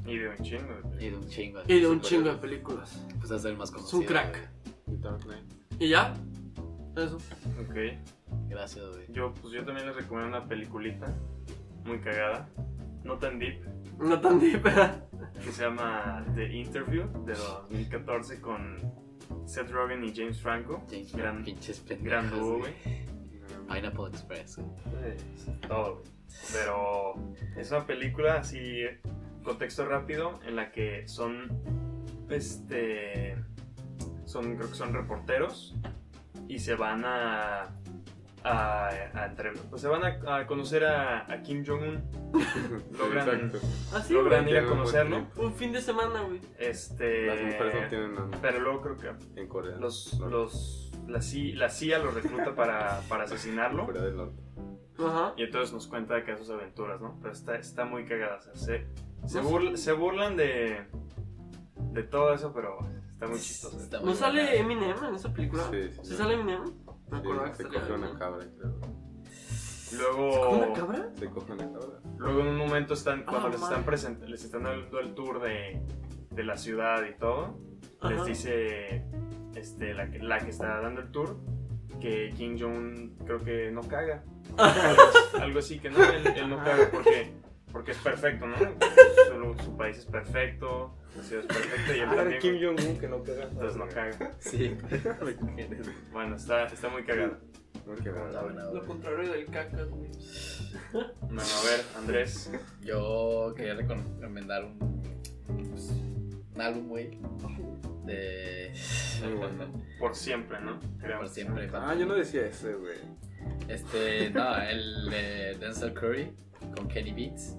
Y de un chingo. güey.
Y de un chingo.
Y de un
Súper-
chingo de películas.
Pues es el más
Es
conocido.
un crack.
Dark Knight.
¿Y ya? Eso.
Ok.
güey. Gracias, güey.
Yo, pues yo también les recomiendo una peliculita muy cagada. No tan deep.
No tan deep.
que se llama The Interview de 2014 con Seth Rogen y James Franco.
James
Gran-
Bond, pinches
Gran
pendejos.
dúo,
güey.
güey.
Pineapple Express, güey.
Pues, Todo, güey. Pero es una película así, contexto rápido, en la que son, este, son, creo que son reporteros y se van a, a, a entre- pues se van a, a conocer a, a Kim Jong-un. Logran-
Exacto.
Así, güey.
Logran ir a
entiendo,
conocerlo.
güey.
Un fin de semana, güey.
Este,
Las mujeres no tienen nada
pero luego creo que
en Corea.
los, los, la, CIA, la CIA lo recluta para, para
<laughs>
asesinarlo.
Corea del Norte.
Ajá.
Y entonces nos cuenta acá sus aventuras, ¿no? Pero está, está muy cagada. o sea, se, se,
No
burla- se burlan de, de todo eso, pero está muy chistoso.
Está muy
¿No sale
buena.
Eminem en esa película?
Sí, sí.
¿Sí
sí.
sale Eminem? Me
Sí,
acordaba que
se
salía
coge una
Eminem.
cabra, creo.
¿Una
Luego,
cabra?
Se coge una cabra.
luego en un momento están, cuando
Ah,
les, están
madre.
present- les están dando el tour de, de la ciudad y todo, les
Oh,
Ajá.
dice este, la, que- la que está dando el tour que Kim Jong creo que
<laughs>
no caga. Algo así, que no, él, él no caga porque, porque es perfecto, ¿no? Su, su país es perfecto, la ciudad es perfecta y él
Ahora
también.
Ah, Kim
güey.
Jong-un que no caga.
Entonces no caga. <laughs>
Sí.
Bueno, está, está muy cagada.
Porque
Está buena,
Lo
güey.
contrario del caca, güey.
Bueno, a ver, Andrés.
Yo quería recom- recomendar un, pues, un álbum, güey. De.
Muy bueno.
Por siempre, ¿no? Creo.
<laughs> Por siempre.
Ah, yo no decía ese, güey.
Este, no, el de Denzel Curry con Kenny Beats.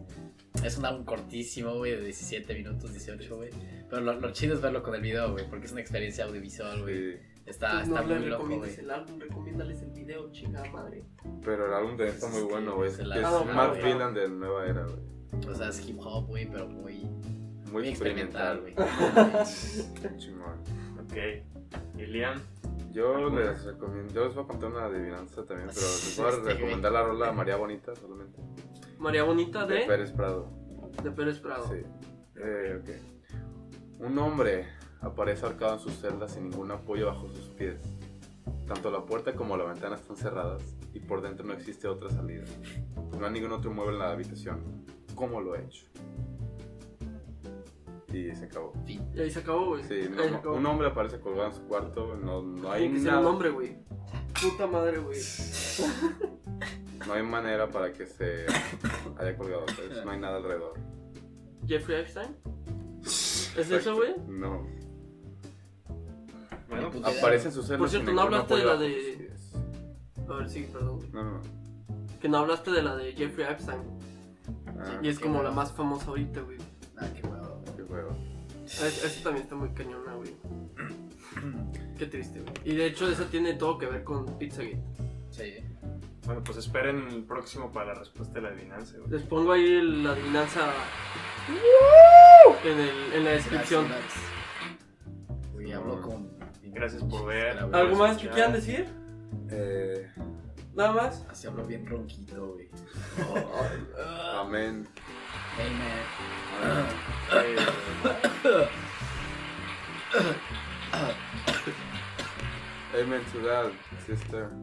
Es un álbum cortísimo, güey, de 17 minutos, 18, güey. Pero lo, lo chido es verlo con el video, güey, porque es una experiencia audiovisual, güey.
Sí.
Está,
Pues
Tú
Ah, está
no le
muy loco,
recomiendas
güey.
el álbum, recomiéndales el video, chingada madre.
Pero el álbum también está
Pues Es
muy
que
bueno, güey.
es
Es,
el
es
álbum,
Matt
güey.
Villan de Nueva Era, güey.
O sea, es hip hop, güey, pero muy,
Muy
muy experimental, güey. <laughs>
Chimón.
Ok. Y Liam,
Yo les recomiendo, yo les voy a contar una adivinanza también, pero les voy a
Este, güey.
recomendar la rola María Bonita solamente.
María Bonita
De
de,
Pérez Prado.
de Pérez Prado.
Sí. Eh, ok. Un hombre aparece arcado en su celda sin ningún apoyo bajo sus pies. Tanto la puerta como la ventana están cerradas y por dentro no existe otra salida. No hay ningún otro mueble en la habitación. ¿Cómo lo ha hecho? Y se acabó.
Y ahí se acabó, güey. <laughs>
Sí, no,
Ahí se
no,
acabó.
un hombre aparece colgado en su cuarto, no, no hay
Tiene que ser un
nada.
hombre, güey. Puta madre, güey.
No hay manera para que se haya colgado, pues, no hay nada alrededor.
Jeffrey <laughs> Epstein. ¿Es eso, güey?
No.
bueno,
Ni puta idea.
Aparece en su celda
Por
sin
cierto,
ningún
no hablaste de
apoyo
la
bajo
de-
sus pies.
A ver, sí, perdón. güey.
No, no, no.
Que no hablaste de la de Jeffrey Epstein.
Ah,
Y es
sí,
como
no.
la más famosa ahorita, güey. Ah,
Ah, qué huevo, güey.
qué huevo.
Es- Esa también está muy cañona, <clears throat> güey. Qué triste, güey. Y de hecho, eso tiene todo que ver con Pizzagate.
Sí.
bueno, pues esperen el próximo para la respuesta de la adivinanza,
<laughs>
güey.
Les pongo ahí el- la adivinanza en, el- en la descripción.
Gracias, Max. Güey, hablo con.
Gracias por ver.
Era, güey.
¿Algo más que quieran decir?
Eh,
¿Nada más?
Así hablo bien ronquito,
<laughs>
güey.
amén. Ah,
Hey, man.
Eh,
Amen to that, sister.